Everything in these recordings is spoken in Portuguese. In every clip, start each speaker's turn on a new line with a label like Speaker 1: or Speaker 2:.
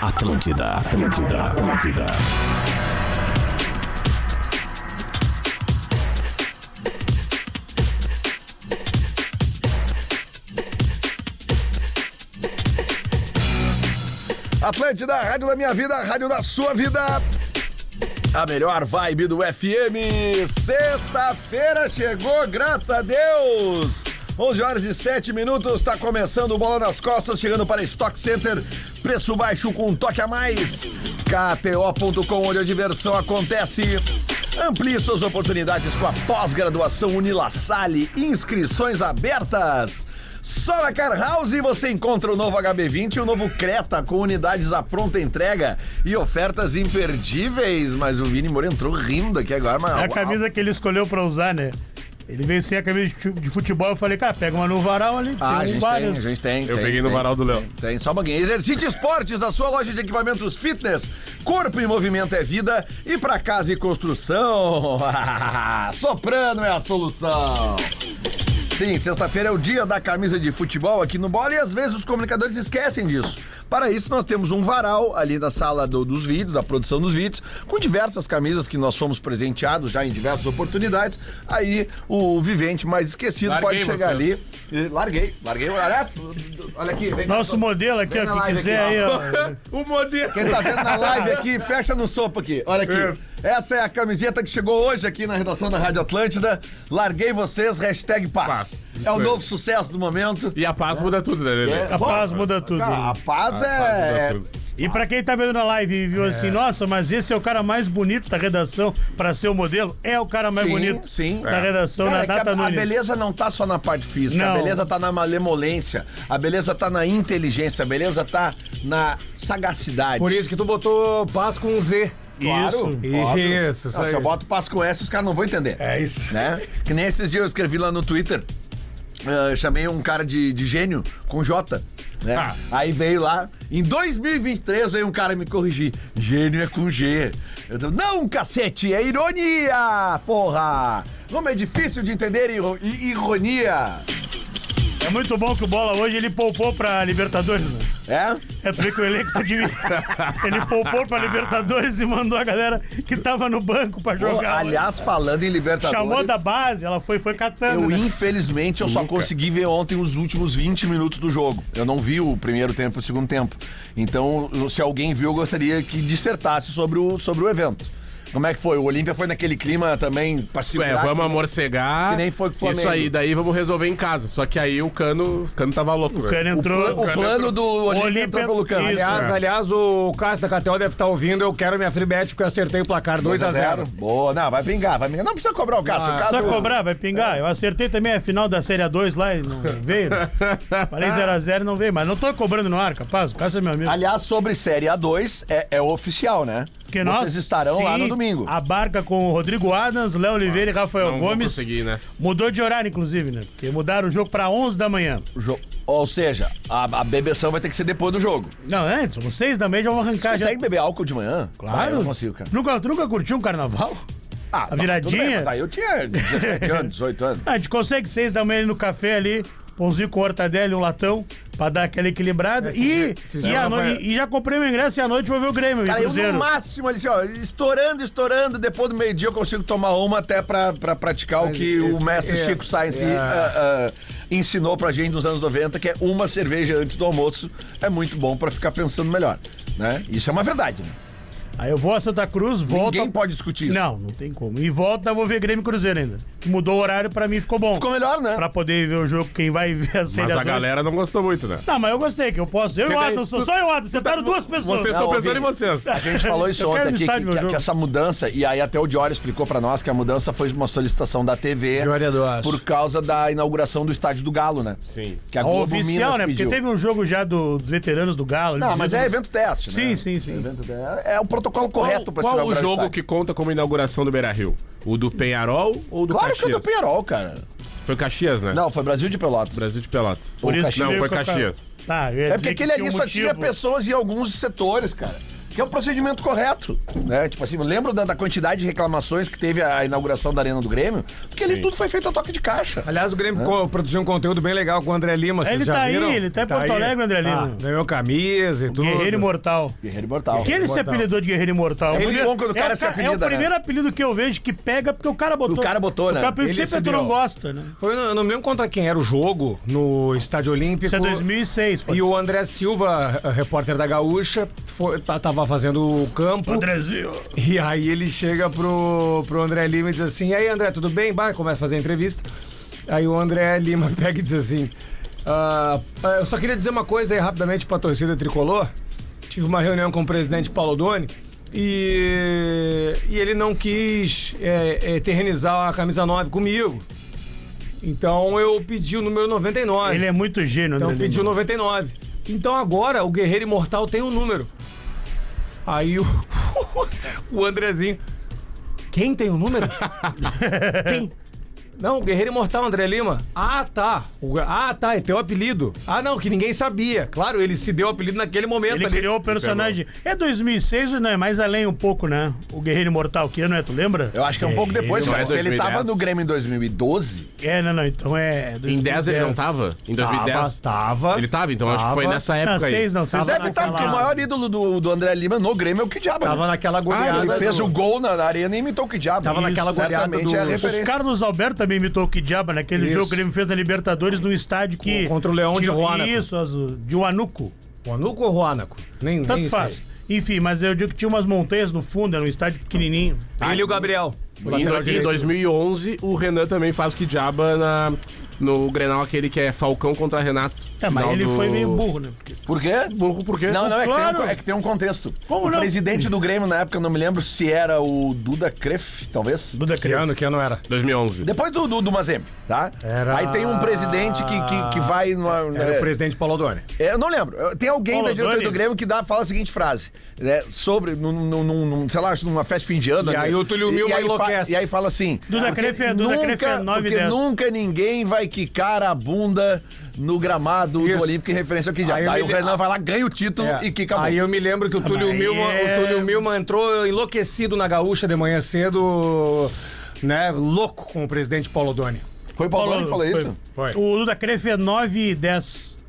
Speaker 1: Atlântida, Atlântida, Atlântida.
Speaker 2: Atlântida, a rádio da minha vida, a rádio da sua vida. A melhor vibe do FM. Sexta-feira chegou, graças a Deus. 11 horas e 7 minutos, está começando o Bola nas Costas, chegando para Stock Center. Preço baixo com um toque a mais. KTO.com, onde a diversão acontece. Amplie suas oportunidades com a pós-graduação Unilassale. Inscrições abertas. Só na Car House você encontra o novo HB20 e o novo Creta com unidades à pronta entrega e ofertas imperdíveis. Mas o Vini Moura entrou rindo aqui agora, mas.
Speaker 3: É a camisa que ele escolheu pra usar, né? Ele veio sem a camisa de fu- de futebol. Eu falei, cara, pega uma no varal ali.
Speaker 2: Ah, a
Speaker 3: tem
Speaker 2: gente tem, a
Speaker 3: vários.
Speaker 2: gente tem.
Speaker 4: Eu
Speaker 2: tem,
Speaker 4: peguei no
Speaker 2: tem.
Speaker 4: varal do Léo.
Speaker 2: Tem só um pouquinho. Exercite Esportes, a sua loja de equipamentos fitness. Corpo em movimento é vida e pra casa e construção. Soprano é a solução. Sim, sexta-feira é o dia da camisa de futebol aqui no Bola e às vezes os comunicadores esquecem disso. Para isso, nós temos um varal ali da sala do- dos vídeos, da produção dos vídeos, com diversas camisas que nós fomos presenteados já em diversas oportunidades. Aí o vivente mais esquecido
Speaker 4: Larguei
Speaker 2: pode chegar
Speaker 4: vocês.
Speaker 2: ali. e- Larguei, larguei. Olha, olha aqui, vem cá.
Speaker 3: Nosso modelo aqui,
Speaker 2: Vem na
Speaker 3: ó, quem
Speaker 2: live
Speaker 3: quiser
Speaker 2: aqui,
Speaker 3: aí,
Speaker 2: ó.
Speaker 3: ó.
Speaker 4: O modelo.
Speaker 2: Quem tá vendo na live aqui, fecha no sopa aqui. Olha aqui.
Speaker 4: Isso.
Speaker 2: Essa é a camiseta que chegou hoje aqui na redação da Rádio Atlântida. Larguei vocês, hashtag paz.
Speaker 4: Paz.
Speaker 2: É o
Speaker 4: Isso aí.
Speaker 2: novo sucesso do momento. É,
Speaker 4: E a paz muda tudo, né, Lelê?
Speaker 3: A paz muda tudo.
Speaker 2: Cara, a paz é.
Speaker 4: Muda tudo.
Speaker 3: E pra quem tá vendo na live e viu assim, nossa, mas esse é o cara mais bonito da redação pra ser o modelo, é o cara mais
Speaker 2: Sim,
Speaker 3: bonito
Speaker 2: sim.
Speaker 3: da
Speaker 2: É.
Speaker 3: redação
Speaker 2: Cara, é
Speaker 3: na
Speaker 2: que a-
Speaker 3: data
Speaker 2: a, beleza não tá só na parte física, a
Speaker 3: Então, Não.
Speaker 2: beleza tá na malemolência, a beleza tá na inteligência, a beleza tá na sagacidade.
Speaker 5: Por isso que tu botou paz com um Z.
Speaker 3: Isso.
Speaker 2: óbvio.
Speaker 5: Isso, isso
Speaker 2: Não, se
Speaker 5: aí.
Speaker 2: eu boto paz com S, os caras não vão entender.
Speaker 5: É isso.
Speaker 2: né? Que nem esses dias eu escrevi lá no Twitter. eh, chamei um cara de, de gênio com J. Né?
Speaker 4: Ah.
Speaker 2: Aí veio lá, em 2023 veio um cara me corrigir. Gênio é com G. Eu disse, não, cacete, é ironia, porra! Como é difícil de entender iro- i- ironia.
Speaker 3: É muito bom que o Bola hoje ele poupou pra Libertadores. Né?
Speaker 2: É?
Speaker 3: É porque o elenco tá dividido. Ele poupou pra Libertadores e mandou a galera que tava no banco pra
Speaker 2: Pô,
Speaker 3: jogar.
Speaker 2: aliás, falando em Libertadores.
Speaker 3: Chamou da base, ela foi, foi catando.
Speaker 2: Eu,
Speaker 3: né?
Speaker 2: infelizmente, eu só consegui ver ontem os últimos 20 minutos do jogo. Eu não vi o primeiro tempo e o segundo tempo. Então, se alguém viu, eu gostaria que dissertasse sobre o, sobre o evento. Como é que foi? O Olímpia foi naquele clima também pra
Speaker 4: É,
Speaker 2: segurar.
Speaker 4: vamos amorcegar.
Speaker 2: Que nem foi com o Flamengo.
Speaker 4: Isso aí, daí vamos resolver em casa. Só que aí o cano, o cano tava louco. né?
Speaker 3: O
Speaker 4: velho.
Speaker 3: cara
Speaker 2: o,
Speaker 3: entrou.
Speaker 2: plan- o plano do Olímpia,
Speaker 3: Olímpia-
Speaker 2: entrou pelo cano.
Speaker 3: isso.
Speaker 5: Aliás,
Speaker 3: é.
Speaker 5: aliás, o Cássio da Catel deve estar ouvindo. Eu quero minha free bet porque eu acertei o placar 2x0.
Speaker 2: Boa, não, vai vingar, vai vingar. Não precisa cobrar o Cássio. o Cássio
Speaker 3: Só Ah, cobrar, vai pingar. Eu acertei também a final da Série A2 lá e não veio. né? Falei 0x0 e não veio, mas não tô cobrando no ar, capaz. O caso é meu amigo.
Speaker 2: Aliás, sobre Série A2, é, é oficial, né?
Speaker 3: Porque
Speaker 2: Vocês
Speaker 3: nós,
Speaker 2: estarão lá
Speaker 3: sim,
Speaker 2: no domingo.
Speaker 3: A barca com o Rodrigo Adams, Léo Oliveira e
Speaker 5: é
Speaker 3: Rafael
Speaker 4: Ah, Não vou
Speaker 3: Gomes.
Speaker 4: conseguir, né?
Speaker 3: Mudou de horário, inclusive, né? Porque mudaram o jogo pra 11 da manhã.
Speaker 2: Jo- Ou seja, a, a bebeção vai ter que ser depois do jogo.
Speaker 3: Não, antes, vocês seis da manhã já vão arrancar. Ah, Já...
Speaker 2: Consegue beber álcool de manhã? Ah, eu não consigo, cara.
Speaker 3: Nunca, tu nunca curtiu um carnaval?
Speaker 2: Ah, não,
Speaker 3: viradinha?
Speaker 2: tudo bem, mas aí eu tinha 17 anos, 18 anos.
Speaker 3: Ah, A gente consegue seis da manhã ali no café ali, pãozinho com hortadela e um latão, pra dar aquela equilibrada. e,
Speaker 5: esses
Speaker 3: e,
Speaker 5: dias
Speaker 3: à
Speaker 5: eu
Speaker 3: noi-
Speaker 5: tava-
Speaker 3: e já comprei meu ingresso e à noite vou ver o Grêmio. e
Speaker 2: Cara, eu
Speaker 3: Cruzeiro.
Speaker 2: no máximo ali, assim, ó, estourando, estourando, depois do meio-dia eu consigo tomar uma até pra, pra praticar o que o
Speaker 5: esse-
Speaker 2: mestre
Speaker 5: é,
Speaker 2: Chico Sainz ah, ah, ensinou pra gente nos anos 90, que é uma cerveja antes do almoço é muito bom pra ficar pensando melhor, né? Isso é uma verdade, né?
Speaker 3: Aí eu vou a Santa Cruz, volto.
Speaker 2: Ninguém pode discutir isso.
Speaker 3: Não, não tem como. E volta, vou ver Grêmio e Cruzeiro ainda. Que mudou o horário pra mim, ficou bom.
Speaker 2: Ficou melhor, né?
Speaker 3: Pra poder ver o jogo, quem vai ver a série
Speaker 4: Mas a
Speaker 3: dois.
Speaker 4: galera não gostou muito, né?
Speaker 3: Não, mas eu gostei, que eu posso. Eu e o
Speaker 4: Você
Speaker 3: Adam,
Speaker 4: tá-
Speaker 3: sou
Speaker 4: tu-
Speaker 3: só eu e o Adam. Sentaram duas pessoas.
Speaker 4: Vocês
Speaker 2: Não, É
Speaker 4: estão pensando
Speaker 2: ouvi.
Speaker 4: em vocês.
Speaker 2: A gente falou isso
Speaker 3: Eu quero
Speaker 2: ontem
Speaker 3: no
Speaker 2: aqui,
Speaker 3: estádio,
Speaker 2: que-
Speaker 3: meu
Speaker 2: que, que
Speaker 3: jogo.
Speaker 2: essa mudança, e aí até o Diório explicou pra nós que a mudança foi uma solicitação da TV
Speaker 5: Diório Eduardo.
Speaker 2: por causa da inauguração do Estádio do Galo, né?
Speaker 4: Sim.
Speaker 2: Que a
Speaker 3: Ó,
Speaker 2: Globo
Speaker 3: oficial,
Speaker 2: Minas
Speaker 3: né?
Speaker 2: pediu.
Speaker 3: Porque teve um jogo já do- dos veteranos do Galo.
Speaker 2: Não,
Speaker 3: eles
Speaker 2: mas é
Speaker 3: fizeram-
Speaker 2: evento teste, né?
Speaker 3: Sim, sim,
Speaker 2: É,
Speaker 3: sim.
Speaker 2: evento- é- é o protocolo correto pra
Speaker 4: qual
Speaker 2: se
Speaker 4: o
Speaker 2: inaugurar
Speaker 4: jogo
Speaker 2: estádio.
Speaker 4: que conta como inauguração do Beira Rio? O do Penharol ou do
Speaker 2: Claro que
Speaker 4: Caxias?
Speaker 2: é do Penharol, cara.
Speaker 4: Foi o Caxias, né?
Speaker 2: Não, foi Brasil de Pelotas.
Speaker 4: Brasil de Pelotas.
Speaker 3: Por isso que
Speaker 4: não,
Speaker 3: veio
Speaker 4: foi
Speaker 3: com a-
Speaker 4: Caxias.
Speaker 3: Tá, eu ia
Speaker 2: É
Speaker 3: dizer
Speaker 2: porque
Speaker 3: que
Speaker 2: aquele ali
Speaker 3: um
Speaker 2: só tinha
Speaker 3: motivo.
Speaker 2: pessoas em alguns setores, cara. que é o procedimento correto, né? Tipo assim, lembra da, da quantidade de reclamações que teve a inauguração da Arena do Grêmio? Porque ali tudo foi feito a toque de caixa.
Speaker 5: Aliás, o Grêmio co- produziu um conteúdo bem legal com o André Lima. vocês
Speaker 3: Ele
Speaker 5: já
Speaker 3: tá aí,
Speaker 5: viram? Ah,
Speaker 3: ele tá em Porto Alegre, o André Lima.
Speaker 5: ganhou camisa e tudo.
Speaker 3: Guerreiro Imortal.
Speaker 2: Guerreiro Imortal.
Speaker 3: Que ele se apelidou de Guerreiro Imortal.
Speaker 2: muito
Speaker 3: Porque
Speaker 2: bom quando o cara
Speaker 3: é,
Speaker 2: se
Speaker 3: ca- É o
Speaker 2: apelida, né?
Speaker 3: primeiro apelido que eu vejo que pega porque o cara botou.
Speaker 2: O cara botou, né?
Speaker 3: O cara
Speaker 5: Ele
Speaker 3: sempre
Speaker 5: se
Speaker 3: tu não
Speaker 5: deu.
Speaker 3: gosta, né?
Speaker 5: Foi, no- eu não me lembro contra quem era o jogo no Estádio Olímpico.
Speaker 2: Tipo,
Speaker 3: Isso é 2006, pode
Speaker 5: E o
Speaker 3: ser.
Speaker 5: André Silva, eh, repórter da Gaúcha, foi, tá- tava fazendo o campo.
Speaker 3: Andrezinho.
Speaker 5: E aí ele chega pro, pro André Lima e diz assim: E aí, André, tudo bem? Bah, começa a fazer a entrevista. Aí o André Lima pega e diz assim: "Ah, ah, Eu só queria dizer uma coisa aí rapidamente pra torcida tricolor. Tive uma reunião com o presidente Paulo Doni e, e ele não quis eh, eternizar a camisa 9 comigo. Então eu pedi o número 99.
Speaker 3: Ele é muito gênio,
Speaker 5: Então
Speaker 3: André
Speaker 5: pediu
Speaker 3: Lima.
Speaker 5: 99. Então agora o Guerreiro Imortal tem um número. Aí o, o Andrezinho. Quem tem o número? Quem? Não, o Guerreiro Imortal, André Lima. Ah, tá. O- ah, tá, é teu apelido. Ah, não, que ninguém sabia. Claro, ele se deu o apelido naquele momento
Speaker 3: Ele
Speaker 5: ali.
Speaker 3: criou o personagem. É 2006, não é mais além um pouco, né? O Guerreiro Imortal, que ano é? Tu lembra?
Speaker 2: Eu acho que é um pouco depois,
Speaker 4: não
Speaker 2: cara.
Speaker 4: é
Speaker 2: Se ele
Speaker 4: 2010.
Speaker 2: tava no Grêmio em 2012,
Speaker 3: É, não, não. Então é.
Speaker 4: Em 10 ele não tava? Em 2010?
Speaker 5: Tava.
Speaker 4: Ele tava, então acho que foi
Speaker 5: Tava.
Speaker 4: nessa
Speaker 3: Não,
Speaker 4: época aí.
Speaker 3: seis não, seis
Speaker 2: deve estar, porque o maior ídolo do, do André Lima no Grêmio é o Kidiaba.
Speaker 5: Tava naquela goleada.
Speaker 2: Ah, ele fez
Speaker 5: do-
Speaker 2: o gol na, na arena e imitou o Kidiaba.
Speaker 5: Tava naquela goleada
Speaker 2: Certamente
Speaker 5: do-
Speaker 2: é a
Speaker 3: O
Speaker 2: referência.
Speaker 3: Carlos Alberto também imitou o Kidiaba naquele
Speaker 5: Isso.
Speaker 3: jogo que ele fez na Libertadores num estádio que.
Speaker 5: Contra o Leão de
Speaker 3: tinha-
Speaker 5: Huánuco.
Speaker 3: Isso, azul, de Huanuco.
Speaker 5: Juanuco ou Ruanaco? Nem,
Speaker 3: Tanto
Speaker 5: nem sei.
Speaker 3: faz. Enfim, mas eu digo que tinha umas montanhas no fundo, era um estádio pequenininho.
Speaker 5: Ele e o Gabriel. o
Speaker 4: Em,
Speaker 5: lateral
Speaker 4: do- em
Speaker 5: direito.
Speaker 4: 2011, o Renan também faz que diaba na, no Grenal aquele que é Falcão contra Renato.
Speaker 3: É, mas
Speaker 4: Final
Speaker 3: ele
Speaker 4: do-
Speaker 3: foi meio burro, né? Porque
Speaker 2: Por quê?
Speaker 4: Burro por quê?
Speaker 2: Não, não, é, que
Speaker 3: Claro.
Speaker 2: tem um, é que tem um contexto.
Speaker 3: Como
Speaker 2: o
Speaker 3: não?
Speaker 2: presidente do Grêmio na época, eu não me lembro se era o Duda Kreff, talvez.
Speaker 3: Duda
Speaker 5: Que
Speaker 3: Criano.
Speaker 5: ano, que ano era?
Speaker 4: 2011.
Speaker 2: Depois do, do, do Mazembe, tá?
Speaker 5: Era-
Speaker 2: Aí tem um presidente que, que, que vai. Numa,
Speaker 5: Era
Speaker 2: é,
Speaker 5: o presidente Paulo Doni.
Speaker 2: é, eu não lembro. Eu- Tem alguém
Speaker 3: Paulo
Speaker 2: da diretoria
Speaker 3: Doni.
Speaker 2: do Grêmio que dá, fala a seguinte frase: né, sobre, num, num- num- num, sei lá, numa festa de fim de ano.
Speaker 5: E
Speaker 2: né?
Speaker 5: aí o Túlio Milman
Speaker 2: e aí fa-
Speaker 5: enlouquece.
Speaker 2: E aí fala assim:
Speaker 3: Duda
Speaker 2: porque
Speaker 3: Kreff é- Duda Kreff é nove e
Speaker 2: porque
Speaker 3: dez.
Speaker 2: nunca ninguém vai quicar a bunda no gramado do
Speaker 5: Isso.
Speaker 2: Olímpico em referência ao que já.
Speaker 5: Aí eu
Speaker 2: Aí
Speaker 5: me
Speaker 2: o
Speaker 5: le-
Speaker 2: Renan vai lá, ganha o título
Speaker 5: É.
Speaker 2: e quica a bunda.
Speaker 5: Aí eu me lembro que o Túlio,
Speaker 3: mas
Speaker 5: Milman,
Speaker 3: é-
Speaker 5: o Túlio Milman entrou enlouquecido na gaúcha de manhã cedo, né? Louco com o presidente Paulo Doni.
Speaker 2: Foi o Paulo, Doni que falou
Speaker 3: foi-
Speaker 2: isso?
Speaker 5: Foi.
Speaker 3: O Duda Crefe é 9 e 10.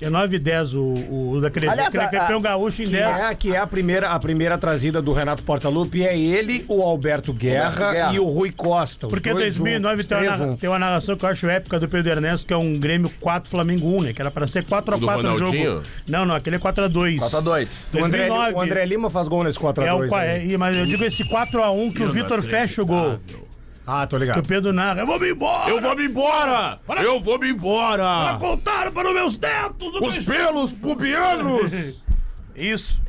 Speaker 3: É 9 e 10 o, o Duda Crefe.
Speaker 2: Aliás,
Speaker 3: Ele
Speaker 2: a-
Speaker 3: é campeão gaúcho em
Speaker 5: Que
Speaker 3: 10.
Speaker 5: é, que é a, primeira, a primeira trazida do Renato Portaluppi. É ele, o Alberto Guerra,
Speaker 2: Alberto Guerra.
Speaker 5: e o Rui Costa. os
Speaker 3: Porque em
Speaker 5: dois
Speaker 3: 2009
Speaker 5: juntos,
Speaker 3: tem, uma,
Speaker 5: três
Speaker 3: narra-
Speaker 5: juntos.
Speaker 3: tem uma narração que eu acho épica do Pedro Ernesto, que é um Grêmio 4 Flamengo 1, né? Que era pra ser 4
Speaker 4: O do
Speaker 3: a 4 o jogo.
Speaker 4: Ronaldinho?
Speaker 3: Não, não, aquele é 4 a 2.
Speaker 2: 4 a 2
Speaker 3: um
Speaker 5: O André,
Speaker 3: 2009.
Speaker 5: o André Lima faz gol nesse 4x2.
Speaker 3: É o, qua-
Speaker 5: né?
Speaker 3: é, mas eu digo esse 4 a 1 que o Vitor fecha o gol.
Speaker 5: Ah, tô
Speaker 3: Que
Speaker 5: ligado.
Speaker 3: o Pedro narra, eu vou me embora.
Speaker 4: Eu vou me embora!
Speaker 3: Para-
Speaker 4: Eu vou me embora!
Speaker 3: Contaram para os meus netos o
Speaker 4: Os pelos pubianos!
Speaker 3: Isso.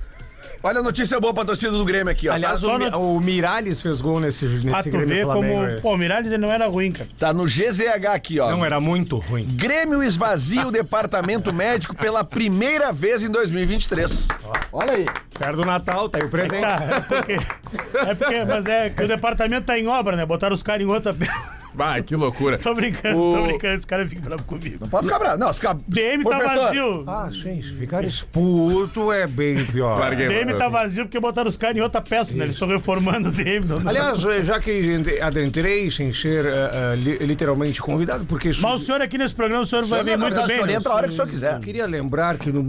Speaker 2: Olha a notícia boa pra torcida do Grêmio aqui, ó. Tá-
Speaker 5: Aliás,
Speaker 3: tá só
Speaker 5: o, Mi-
Speaker 3: no-
Speaker 5: o Miralles fez gol nesse,
Speaker 3: Pra
Speaker 5: nesse
Speaker 3: tu
Speaker 5: Grêmio é
Speaker 3: ver
Speaker 5: Flamengo.
Speaker 3: como.
Speaker 5: aí.
Speaker 3: Pô, o Miralles ele não era ruim, cara.
Speaker 2: tá no GZH aqui, ó.
Speaker 5: Não, é- era muito ruim.
Speaker 2: Grêmio esvazia o departamento médico pela primeira vez em 2023. Olha aí.
Speaker 5: Perto do Natal, tá aí o presente.
Speaker 3: Tá, é porque. É porque, mas é que o departamento tá em obra, né? Botaram os caras em outra.
Speaker 4: Vai, que loucura.
Speaker 3: tô brincando, tô
Speaker 4: O-
Speaker 3: brincando, esse cara fica bravo comigo.
Speaker 2: Pode ficar bravo. Não, se ficar.
Speaker 3: DM tá
Speaker 2: Professor,
Speaker 3: vazio.
Speaker 2: Hum.
Speaker 5: Ah, gente, ficar expulso é bem pior.
Speaker 4: Larguei,
Speaker 3: DM tá
Speaker 4: professor.
Speaker 3: vazio porque botaram os caras em outra peça, né? Eles estão reformando o DM. Não, não.
Speaker 5: Aliás, eh, já que ent- adentrei sem ser eh, eh, li- literalmente convidado, porque isso-
Speaker 3: Mas o senhor aqui nesse programa, o senhor vai ver
Speaker 2: na
Speaker 3: muito
Speaker 2: verdade,
Speaker 3: bem.
Speaker 2: o senhor
Speaker 3: né?
Speaker 2: entra a hora é que o senhor quiser.
Speaker 5: queria lembrar que no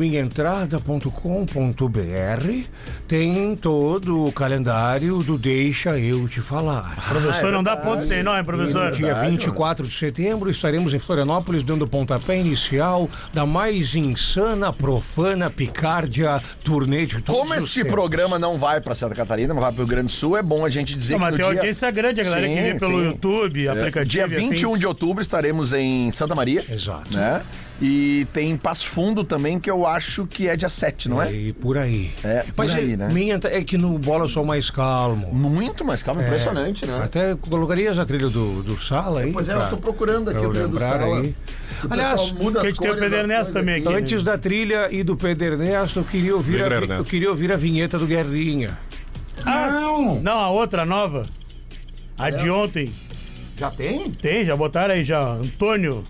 Speaker 5: minhaentrada.com.br tem todo o calendário do Deixa Eu Te Falar.
Speaker 3: Professor,
Speaker 2: Ah,
Speaker 3: não dá ponto sem nós, professor.
Speaker 2: é
Speaker 5: No dia 24 de setembro estaremos em Florianópolis dando o pontapé inicial da mais insana, profana, picárdia turnê de todos
Speaker 2: Como
Speaker 5: os
Speaker 2: este
Speaker 5: tempos.
Speaker 2: programa não vai pra Santa Catarina, não vai pro Rio Grande do Sul, é bom a gente dizer
Speaker 3: Não,
Speaker 2: que
Speaker 3: mas
Speaker 2: no
Speaker 3: tem
Speaker 2: dia...
Speaker 3: audiência grande, a galera que
Speaker 2: Sim,
Speaker 3: vê pelo
Speaker 2: sim.
Speaker 3: YouTube,
Speaker 2: É,
Speaker 3: aplicativo.
Speaker 2: dia
Speaker 3: e afins.
Speaker 2: 21 de outubro estaremos em Santa Maria.
Speaker 5: Exato.
Speaker 2: Né? E tem Passo Fundo também, que eu acho que é dia 7, não é?
Speaker 5: E por aí.
Speaker 2: É, por
Speaker 5: Mas
Speaker 2: aí,
Speaker 5: é,
Speaker 2: né?
Speaker 5: minha entra- é que no bola eu sou mais calmo. É,
Speaker 2: Muito, mas calma, impressionante, né?
Speaker 5: Até colocarias a trilha do, do Sala aí?
Speaker 2: Pois é, eu
Speaker 5: pra-
Speaker 2: tô procurando aqui
Speaker 5: pra
Speaker 2: a trilha do
Speaker 5: lembrar
Speaker 2: Sala.
Speaker 5: aí.
Speaker 2: Que o
Speaker 5: Aliás,
Speaker 2: pessoal muda
Speaker 3: que
Speaker 2: as
Speaker 3: que tem o
Speaker 2: cores
Speaker 3: Pedro
Speaker 2: das
Speaker 3: Ernesto
Speaker 2: coisas
Speaker 3: também
Speaker 2: aqui.
Speaker 3: aqui.
Speaker 5: Antes da trilha e do Pedro Ernesto, eu queria ouvir,
Speaker 4: Pedro
Speaker 5: a, vi-
Speaker 4: Ernesto.
Speaker 5: eu queria ouvir a vinheta do Guerrinha.
Speaker 3: Ah, não. não, a outra, a nova. A de ontem.
Speaker 2: Já tem?
Speaker 3: Tem, já botaram aí já. Antônio.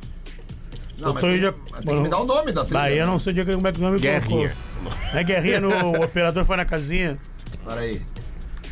Speaker 2: Não,
Speaker 3: Doutor,
Speaker 2: tem-
Speaker 3: já-
Speaker 2: tem que me dar o nome da trilha.
Speaker 3: Daí eu não sei de que- como é que o nome
Speaker 4: Guerrinha.
Speaker 3: colocou. Não é guerrinha no o operador foi na casinha.
Speaker 2: né?
Speaker 6: Peraí.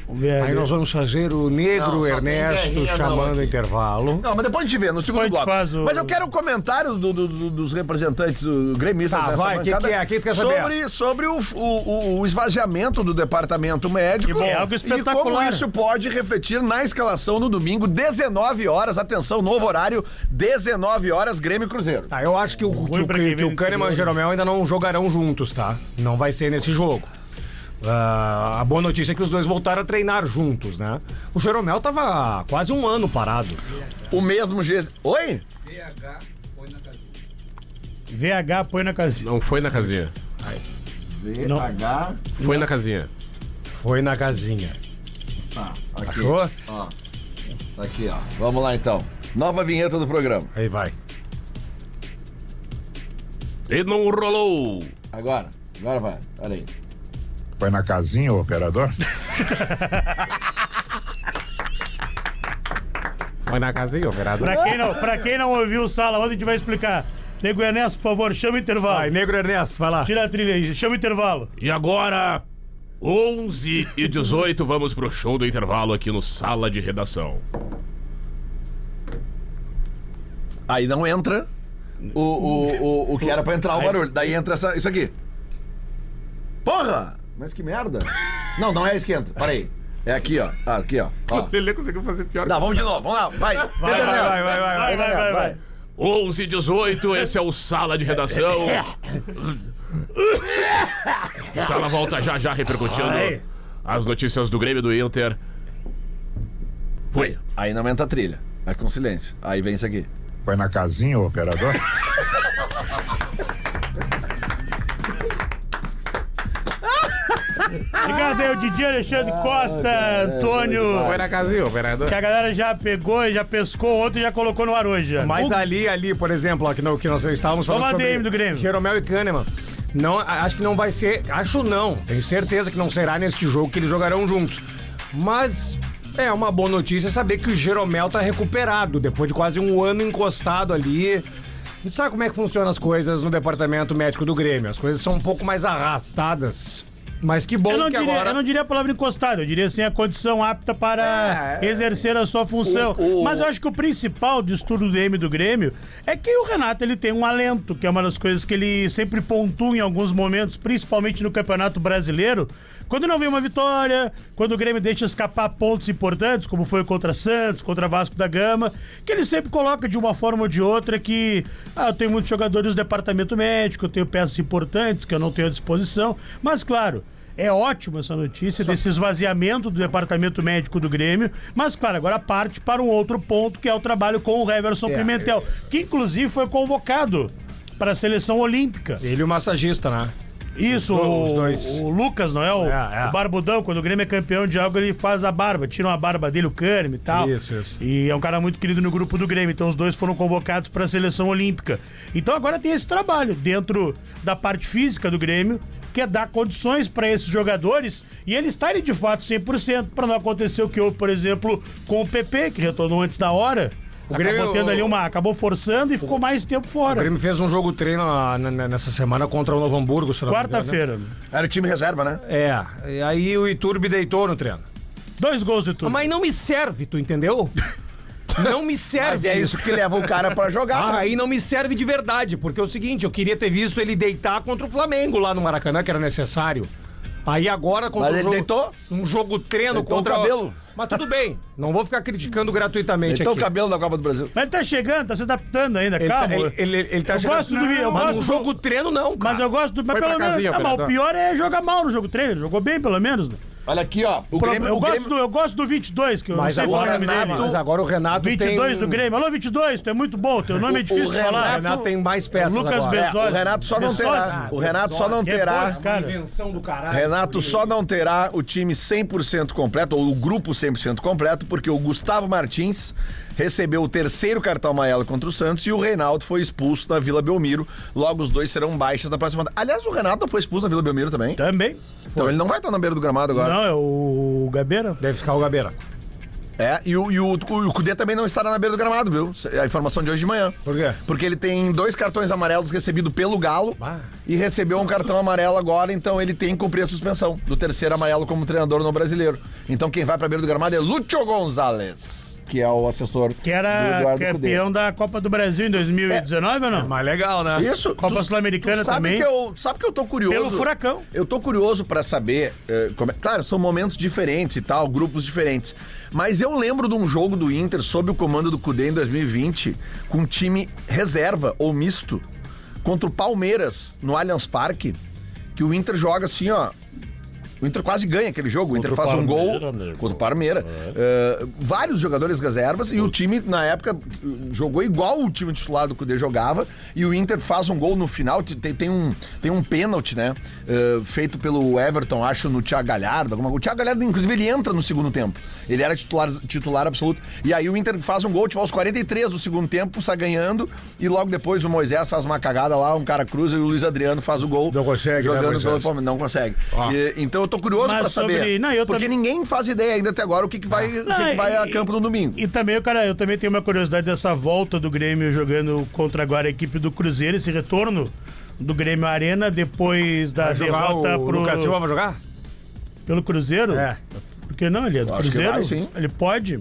Speaker 3: Vamos ver
Speaker 5: Aí
Speaker 3: ali.
Speaker 5: nós vamos fazer o
Speaker 6: Não,
Speaker 5: negro
Speaker 6: só tem
Speaker 5: Ernesto
Speaker 6: guerrinha não
Speaker 5: chamando
Speaker 6: aqui.
Speaker 5: o intervalo.
Speaker 2: Não, mas depois a gente vê, no segundo
Speaker 3: Depois a gente
Speaker 2: bloco.
Speaker 3: faz o-
Speaker 2: Mas eu quero um comentário do- do- do- dos representantes o, gremistas
Speaker 5: Tá,
Speaker 2: dessa
Speaker 5: vai, que
Speaker 2: bancada
Speaker 5: que é? Que tu quer saber?
Speaker 2: sobre, sobre o, o- o- o esvaziamento do departamento médico
Speaker 3: Que bom. É algo
Speaker 2: e
Speaker 3: espetacular.
Speaker 2: como isso pode refletir na escalação no domingo, 19 horas, atenção, novo horário, 19 horas, Grêmio e Cruzeiro.
Speaker 5: Tá, eu acho que o, que, o-
Speaker 3: pra quem
Speaker 5: que o
Speaker 3: vem
Speaker 5: Kahneman e
Speaker 3: do
Speaker 5: o Jeromel ainda não jogarão juntos, tá? Não vai ser nesse jogo. Ah, a boa notícia é que os dois voltaram a treinar juntos, né? O Jeromel tava quase um ano parado.
Speaker 2: O mesmo G... Oi?
Speaker 3: VH põe na casinha.
Speaker 4: Não foi na casinha.
Speaker 2: tá
Speaker 3: Não.
Speaker 6: H.
Speaker 4: Foi na casinha.
Speaker 5: Foi na casinha.
Speaker 4: Ah,
Speaker 6: Tá, aqui.
Speaker 5: Achou?
Speaker 6: Ó. Tá aqui, ó.
Speaker 2: Vamos lá então. Nova vinheta do programa.
Speaker 5: Aí vai.
Speaker 4: Ele não rolou.
Speaker 6: Agora. Agora vai. Olha aí.
Speaker 7: Põe na casinha o operador?
Speaker 4: Foi na casinha, operador.
Speaker 3: Pra quem, não, pra quem não ouviu o sala, ontem a gente vai explicar. Nego Ernesto, por favor, chama o intervalo.
Speaker 5: Vai, negro Ernesto, vai lá.
Speaker 3: Tira a trilha aí, chama o intervalo.
Speaker 4: E agora, 11 e 18, vamos pro show do intervalo aqui no Sala de Redação.
Speaker 2: Aí não entra o, o, o, o que era pra entrar o barulho. Daí entra essa, isso aqui. Porra! Mas que merda! Não, não é isso que entra. Peraí. É aqui, ó. Ah, aqui, ó. ó.
Speaker 4: Ele conseguiu fazer pior
Speaker 2: Não, vamos de novo. Vamos lá. Vai. Vai,
Speaker 5: vai, vai, vai, vai,
Speaker 3: vai, vai, vai.
Speaker 4: 11 e 18, esse é o Sala de Redação.
Speaker 3: É.
Speaker 4: Sala volta já já repercutindo
Speaker 5: Vai.
Speaker 4: as notícias do Grêmio e do Inter. Foi.
Speaker 2: Aí não entra a trilha. É com silêncio. Aí vem isso aqui.
Speaker 7: Põe na casinha o operador?
Speaker 3: Obrigado aí, o Didi Alexandre Costa, Antônio.
Speaker 4: na casinha, operador.
Speaker 3: Que a galera já pegou e já pescou ontem e já colocou no ar hoje. já.
Speaker 5: Mas
Speaker 3: O-
Speaker 5: ali, ali, por exemplo, ó, que, no- que nós estávamos falando
Speaker 3: Toma DM do Grêmio.
Speaker 5: Jeromel e Kahneman. Não, a- acho que não vai ser. Acho não. Tenho certeza que não será neste jogo que eles jogarão juntos. Mas é uma boa notícia saber que o Jeromel tá recuperado depois de quase um ano encostado ali. A gente sabe como é que funcionam as coisas no departamento médico do Grêmio. As coisas são um pouco mais arrastadas. Mas que bom
Speaker 3: eu, não
Speaker 5: que
Speaker 3: diria,
Speaker 5: agora.
Speaker 3: eu não diria a palavra encostada, eu diria assim a condição apta para
Speaker 5: É, é.
Speaker 3: exercer a sua função.
Speaker 2: O- o-
Speaker 3: Mas eu acho que o principal do estudo do DM do Grêmio é que o Renato ele tem um alento, que é uma das coisas que ele sempre pontua em alguns momentos, principalmente no Campeonato Brasileiro. Quando não vem uma vitória, quando o Grêmio deixa escapar pontos importantes, como foi contra Santos, contra Vasco da Gama, que ele sempre coloca de uma forma ou de outra que ah, eu tenho muitos jogadores do departamento médico, eu tenho peças importantes que eu não tenho à disposição, mas claro, é ótima essa notícia desse esvaziamento do departamento médico do Grêmio, mas claro, agora parte para um outro ponto que é o trabalho com o Everson Pimentel, que inclusive foi convocado para a seleção olímpica.
Speaker 5: Ele e o massagista, né?
Speaker 3: Isso,
Speaker 5: Os
Speaker 3: o,
Speaker 5: dois.
Speaker 3: o Lucas, não é? O,
Speaker 5: É, é.
Speaker 3: o Barbudão, quando o Grêmio é campeão de algo, ele faz a barba, tira uma barba dele, o Cânime e tal.
Speaker 5: Isso, isso.
Speaker 3: E é um cara muito querido no grupo do Grêmio, então os dois foram convocados para a seleção olímpica. Então agora tem esse trabalho dentro da parte física do Grêmio, que é dar condições para esses jogadores e eles estarem de fato 100%, para não acontecer o que houve, por exemplo, com o PP, que retornou antes da hora. O acabou
Speaker 5: Grêmio-
Speaker 3: tendo ali uma. Acabou forçando e ficou mais tempo
Speaker 5: O
Speaker 3: fora.
Speaker 5: Grêmio fez um jogo treino ah, n- n- nessa semana contra o Novo Hamburgo, se não me engano, né?
Speaker 3: Quarta-feira.
Speaker 2: Era o time reserva, né?
Speaker 5: É, e aí o Iturbe deitou no treino.
Speaker 3: Dois gols de tudo.
Speaker 5: Mas não me serve, tu entendeu? Não me serve.
Speaker 2: Mas é isso que leva o cara pra jogar.
Speaker 5: Ah, aí não me serve de verdade, porque é o seguinte, eu queria ter visto ele deitar contra o Flamengo lá no Maracanã, que era necessário. Aí agora
Speaker 2: Mas
Speaker 5: contra um
Speaker 2: ele
Speaker 5: jogo,
Speaker 2: deitou?
Speaker 5: um jogo treino
Speaker 2: Deitou o
Speaker 5: contra
Speaker 2: cabelo.
Speaker 5: Mas tudo bem, não vou ficar criticando gratuitamente
Speaker 2: então o
Speaker 5: aqui.
Speaker 2: cabelo da Copa do Brasil.
Speaker 3: Mas ele tá chegando, tá se adaptando ainda,
Speaker 5: Ele
Speaker 3: calma.
Speaker 5: tá, ele, ele, ele tá
Speaker 3: Eu gosto do- eu
Speaker 5: mas
Speaker 3: gosto
Speaker 5: no
Speaker 3: do-
Speaker 5: jogo treino não, cara.
Speaker 3: Mas eu gosto do.
Speaker 4: Foi
Speaker 3: Mas
Speaker 4: pra
Speaker 3: pelo menos.
Speaker 4: casinha,
Speaker 3: Ah, mas o
Speaker 4: operador.
Speaker 3: pior é jogar mal no jogo treino. Ele Jogou bem, pelo menos. né?
Speaker 2: Olha aqui, ó. O
Speaker 3: Pro-
Speaker 2: Grêmio,
Speaker 3: eu,
Speaker 2: o
Speaker 3: gosto
Speaker 2: Grêmio-
Speaker 3: do, eu gosto do 22, que eu
Speaker 5: Mas
Speaker 3: não sei qual
Speaker 5: agora,
Speaker 3: é o nome dele.
Speaker 5: mas agora o Renato tem
Speaker 3: 22 do
Speaker 5: um-
Speaker 3: Grêmio. Alô, 22, tu é muito bom. Teu nome é difícil de
Speaker 2: Renato-
Speaker 5: O
Speaker 3: falar.
Speaker 5: Renato tem mais peças
Speaker 3: Lucas
Speaker 5: agora.
Speaker 2: É,
Speaker 3: Bezos.
Speaker 2: o Renato só não terá.
Speaker 3: Bezos.
Speaker 2: O Renato só não terá.
Speaker 3: Depois, cara.
Speaker 5: Invenção do caralho.
Speaker 2: Renato só não terá o time 100% completo, ou o grupo 100% completo, porque o Gustavo Martins recebeu o terceiro cartão amarelo contra o Santos e o Reinaldo foi expulso na Vila Belmiro. Logo, os dois serão baixas na próxima. Aliás, o Renato não foi expulso na Vila Belmiro também.
Speaker 3: Também.
Speaker 2: Então ele não vai estar na beira do gramado agora.
Speaker 3: Não, é o Gabeira.
Speaker 5: Deve ficar o Gabeira.
Speaker 2: É, e o, e o, e o Cudê também não estará na beira do gramado, viu? É A informação de hoje de manhã.
Speaker 5: Por quê?
Speaker 2: Porque ele tem dois cartões amarelos recebido pelo Galo e recebeu um cartão amarelo agora, então ele tem que cumprir a suspensão do terceiro amarelo como treinador no brasileiro. Então quem vai pra beira do gramado é Lúcio Gonzalez, que é o assessor
Speaker 3: Que
Speaker 2: do
Speaker 3: era
Speaker 2: Eduardo Cudê.
Speaker 3: campeão da Copa do Brasil em 2019 ou não?
Speaker 5: Mas legal, né?
Speaker 2: Isso,
Speaker 3: Copa
Speaker 2: tu-
Speaker 3: Sul-Americana
Speaker 2: tu sabe
Speaker 3: também.
Speaker 2: Que eu, sabe que eu tô curioso.
Speaker 3: Pelo Furacão.
Speaker 2: Então, Eu tô curioso pra saber. eh, como é- claro, são momentos diferentes e tal, grupos diferentes. Mas eu lembro de um jogo do Inter sob o comando do Cudê em 2020, com um time reserva ou misto, contra o Palmeiras no Allianz Parque, que o Inter joga assim, ó. O Inter quase ganha aquele jogo. O Inter
Speaker 8: Contra o
Speaker 2: faz um gol
Speaker 8: Palmeira, né?
Speaker 2: contra o Palmeira. Eh, vários jogadores reservas e o time, na época, jogou igual o time titular do Cudê jogava. E o Inter faz um gol no final. Tem, tem um, tem um pênalti, né? eh, feito pelo Everton, acho, no Thiago Galhardo. Alguma... O Thiago Galhardo, inclusive, ele entra no segundo tempo. Ele era titular, titular absoluto. E aí o Inter faz um gol, tipo, aos 43 do segundo tempo, sai ganhando. E logo depois o Moisés faz uma cagada lá, um cara cruza e o Luiz Adriano faz o gol.
Speaker 5: Não consegue, né,
Speaker 2: jogando
Speaker 5: Moisés?
Speaker 2: pelo Palmeiras. Não consegue. E, então eu tô curioso
Speaker 3: Mas
Speaker 2: pra saber.
Speaker 3: sobre- não, eu
Speaker 2: porque
Speaker 3: também-
Speaker 2: ninguém faz ideia ainda até agora o que, que vai, o que
Speaker 3: Não,
Speaker 2: que vai a
Speaker 3: e-
Speaker 2: campo no domingo.
Speaker 3: E também, cara, eu também tenho uma curiosidade dessa volta do Grêmio jogando contra agora a equipe do Cruzeiro, esse retorno do Grêmio à Arena depois da
Speaker 5: Vai jogar
Speaker 3: derrota
Speaker 5: o
Speaker 3: pro-
Speaker 5: Lucas Silva vai jogar?
Speaker 3: pelo Cruzeiro.
Speaker 5: É.
Speaker 3: Por que não? Ele é do
Speaker 2: acho que
Speaker 3: Cruzeiro.
Speaker 2: vai, sim.
Speaker 3: Ele pode.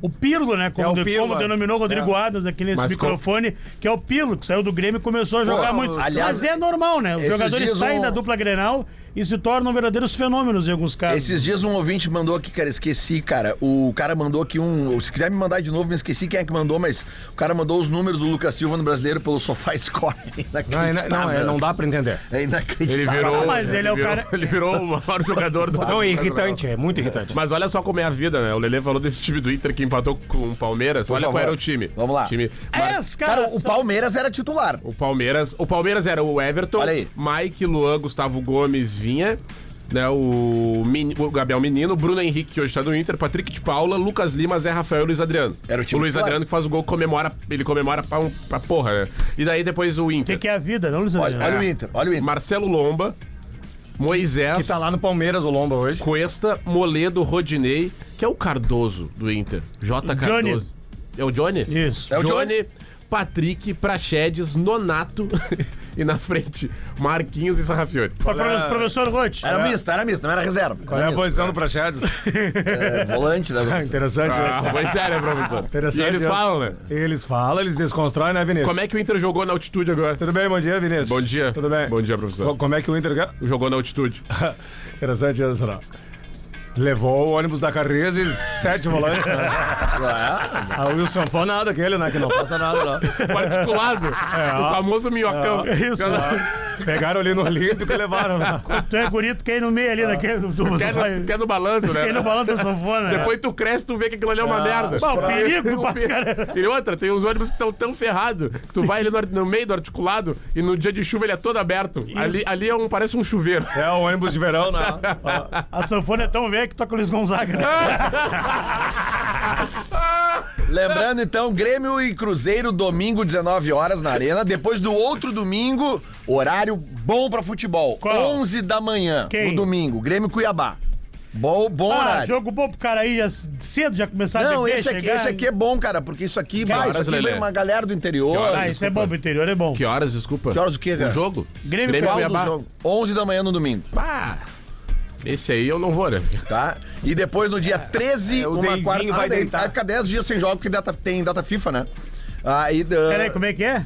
Speaker 3: O Pirlo, né? Como,
Speaker 5: É o
Speaker 3: de-
Speaker 5: Pirlo,
Speaker 3: como
Speaker 5: é.
Speaker 3: denominou Rodrigo Adas aqui nesse
Speaker 4: Mas com-
Speaker 3: microfone, que é o Pirlo, que saiu do Grêmio e começou a jogar muito.
Speaker 2: aliás,
Speaker 3: Mas é normal, né? Os
Speaker 2: esses
Speaker 3: jogadores
Speaker 2: dias
Speaker 3: saem
Speaker 2: um-
Speaker 3: da dupla Grenal e se tornam verdadeiros fenômenos em alguns casos.
Speaker 2: Esses dias um ouvinte mandou aqui, cara, esqueci, cara. O cara mandou aqui um. Se quiser me mandar de novo, me esqueci quem é que mandou, mas o cara mandou os números do Lucas Silva no brasileiro pelo Sofá Score. É
Speaker 5: Não, é- não,
Speaker 2: Inacreditável.
Speaker 5: é, não dá pra entender.
Speaker 2: É inacreditável.
Speaker 4: Ele virou.
Speaker 3: Ah, mas ele é o
Speaker 4: virou-
Speaker 3: cara-
Speaker 4: Ele virou o maior jogador do
Speaker 5: Não, é irritante, é muito irritante.
Speaker 4: Mas olha só como é a vida, né? O Lele falou desse time do Inter que empatou com o Palmeiras. olha
Speaker 2: favor.
Speaker 4: qual era o time.
Speaker 2: Vamos lá.
Speaker 4: Time...
Speaker 3: É,
Speaker 4: Mar-
Speaker 3: os
Speaker 2: Cara,
Speaker 3: caras
Speaker 2: o
Speaker 3: são-
Speaker 2: Palmeiras era titular.
Speaker 4: O Palmeiras. O Palmeiras era o Everton,
Speaker 2: Olha aí.
Speaker 4: Mike, Luan, Gustavo Gomes, Vinha. Né, o, Meni- o Gabriel Menino, Bruno Henrique, que hoje tá no Inter, Patrick de Paula, Lucas Lima, Zé Rafael e Luiz Adriano.
Speaker 2: Era o time
Speaker 4: Luiz
Speaker 2: titular.
Speaker 4: Adriano que faz o gol, comemora, ele comemora pra, um- pra porra, né? E daí depois o
Speaker 3: Tem
Speaker 4: Inter.
Speaker 3: que é a vida, não, Luiz
Speaker 2: Olha,
Speaker 3: Adriano?
Speaker 2: olha o
Speaker 5: É.
Speaker 2: Inter, olha o Inter.
Speaker 4: Marcelo Lomba, Moisés.
Speaker 5: Que tá lá no Palmeiras, o Lomba, hoje.
Speaker 4: Cuesta, Moledo, Rodinei, que é o Cardoso do Inter. J.
Speaker 3: Johnny.
Speaker 4: Cardoso. É o Johnny?
Speaker 3: Isso.
Speaker 2: É o Johnny.
Speaker 4: Johnny, Patrick, Praxedes, Nonato e na frente Marquinhos e Sarrafiori.
Speaker 3: Pro- pro- Professor Rotti.
Speaker 2: Era misto, era misto, não era reserva.
Speaker 5: Qual é
Speaker 2: era
Speaker 5: a posição do Prachedes?
Speaker 2: misto. É, volante, né? professor?
Speaker 5: Interessante
Speaker 4: Ah,
Speaker 5: essa.
Speaker 4: pois é, né, professor?
Speaker 5: Interessante
Speaker 4: E eles
Speaker 5: essa.
Speaker 4: falam, né?
Speaker 5: Eles falam, eles desconstroem, né, Vinícius?
Speaker 4: Como é que o Inter jogou na altitude agora?
Speaker 5: Tudo bem, bom dia, Vinícius.
Speaker 4: Bom dia.
Speaker 5: Tudo bem.
Speaker 4: Bom dia, professor.
Speaker 5: Co- Como é que o Inter ganha?
Speaker 4: Jogou na altitude.
Speaker 5: Interessante essa, não. Levou o ônibus da Carriza e sete volantes. né? Ah, o Wilson foi nada aquele, né? Que não passa nada lá.
Speaker 4: Particulado. o famoso
Speaker 3: É
Speaker 4: minhocão.
Speaker 3: Isso.
Speaker 5: Pegaram ali no Olímpico e levaram. Né?
Speaker 3: Tu é guri, tu quer ir no meio ali daquele. Tu, tu, tu,
Speaker 4: Quer
Speaker 3: vai-
Speaker 4: no, quer no balanço, né?
Speaker 3: quer ir no balão da sanfona. né?
Speaker 4: Depois tu cresce, tu vê que aquilo ali é uma merda.
Speaker 3: Ah.
Speaker 4: um
Speaker 3: Bom, perigo pra
Speaker 4: pe-
Speaker 3: caralho.
Speaker 4: E outra, tem uns ônibus que estão tão ferrados que tu vai ali no, ar- no meio do articulado e no dia de chuva ele é todo aberto. Ali, ali é um, parece um chuveiro.
Speaker 5: É o ônibus de verão, né? Ah,
Speaker 3: A sanfona é tão velha que toca o Luiz Gonzaga. né?
Speaker 4: É.
Speaker 2: Lembrando então, Grêmio e Cruzeiro, domingo, 19 horas na Arena. Depois do outro domingo, horário bom pra futebol.
Speaker 3: Qual?
Speaker 2: 11 da manhã,
Speaker 3: Quem?
Speaker 2: no domingo. Grêmio e Cuiabá. Bom, bom
Speaker 3: Ah,
Speaker 2: horário.
Speaker 3: jogo bom pro cara aí já cedo, já começar a
Speaker 2: Não,
Speaker 3: beber,
Speaker 2: esse aqui,
Speaker 3: chegar.
Speaker 2: esse aqui é bom, cara, porque isso aqui, bah,
Speaker 4: horas,
Speaker 2: isso aqui
Speaker 4: Lelê?
Speaker 2: vem uma galera do interior.
Speaker 4: horas?
Speaker 3: Ah, isso é bom pro interior, é bom.
Speaker 4: Que horas, desculpa?
Speaker 2: Que horas o quê, cara?
Speaker 4: O jogo?
Speaker 3: Grêmio
Speaker 4: Grêmio
Speaker 2: Qual
Speaker 3: Cuiabá.
Speaker 2: do
Speaker 4: Cuiabá.
Speaker 2: jogo? 11 da manhã no domingo,
Speaker 4: Pá. Esse aí eu não vou, né?
Speaker 2: tá? E depois no dia 13,
Speaker 5: o
Speaker 2: uma
Speaker 5: Deivinho
Speaker 2: quarta.
Speaker 5: vai
Speaker 2: Ah, daí
Speaker 5: deitar.
Speaker 2: vai ficar 10 dias sem jogo, porque data- tem data FIFA, né? Aí, ah,
Speaker 3: Peraí, como é que é?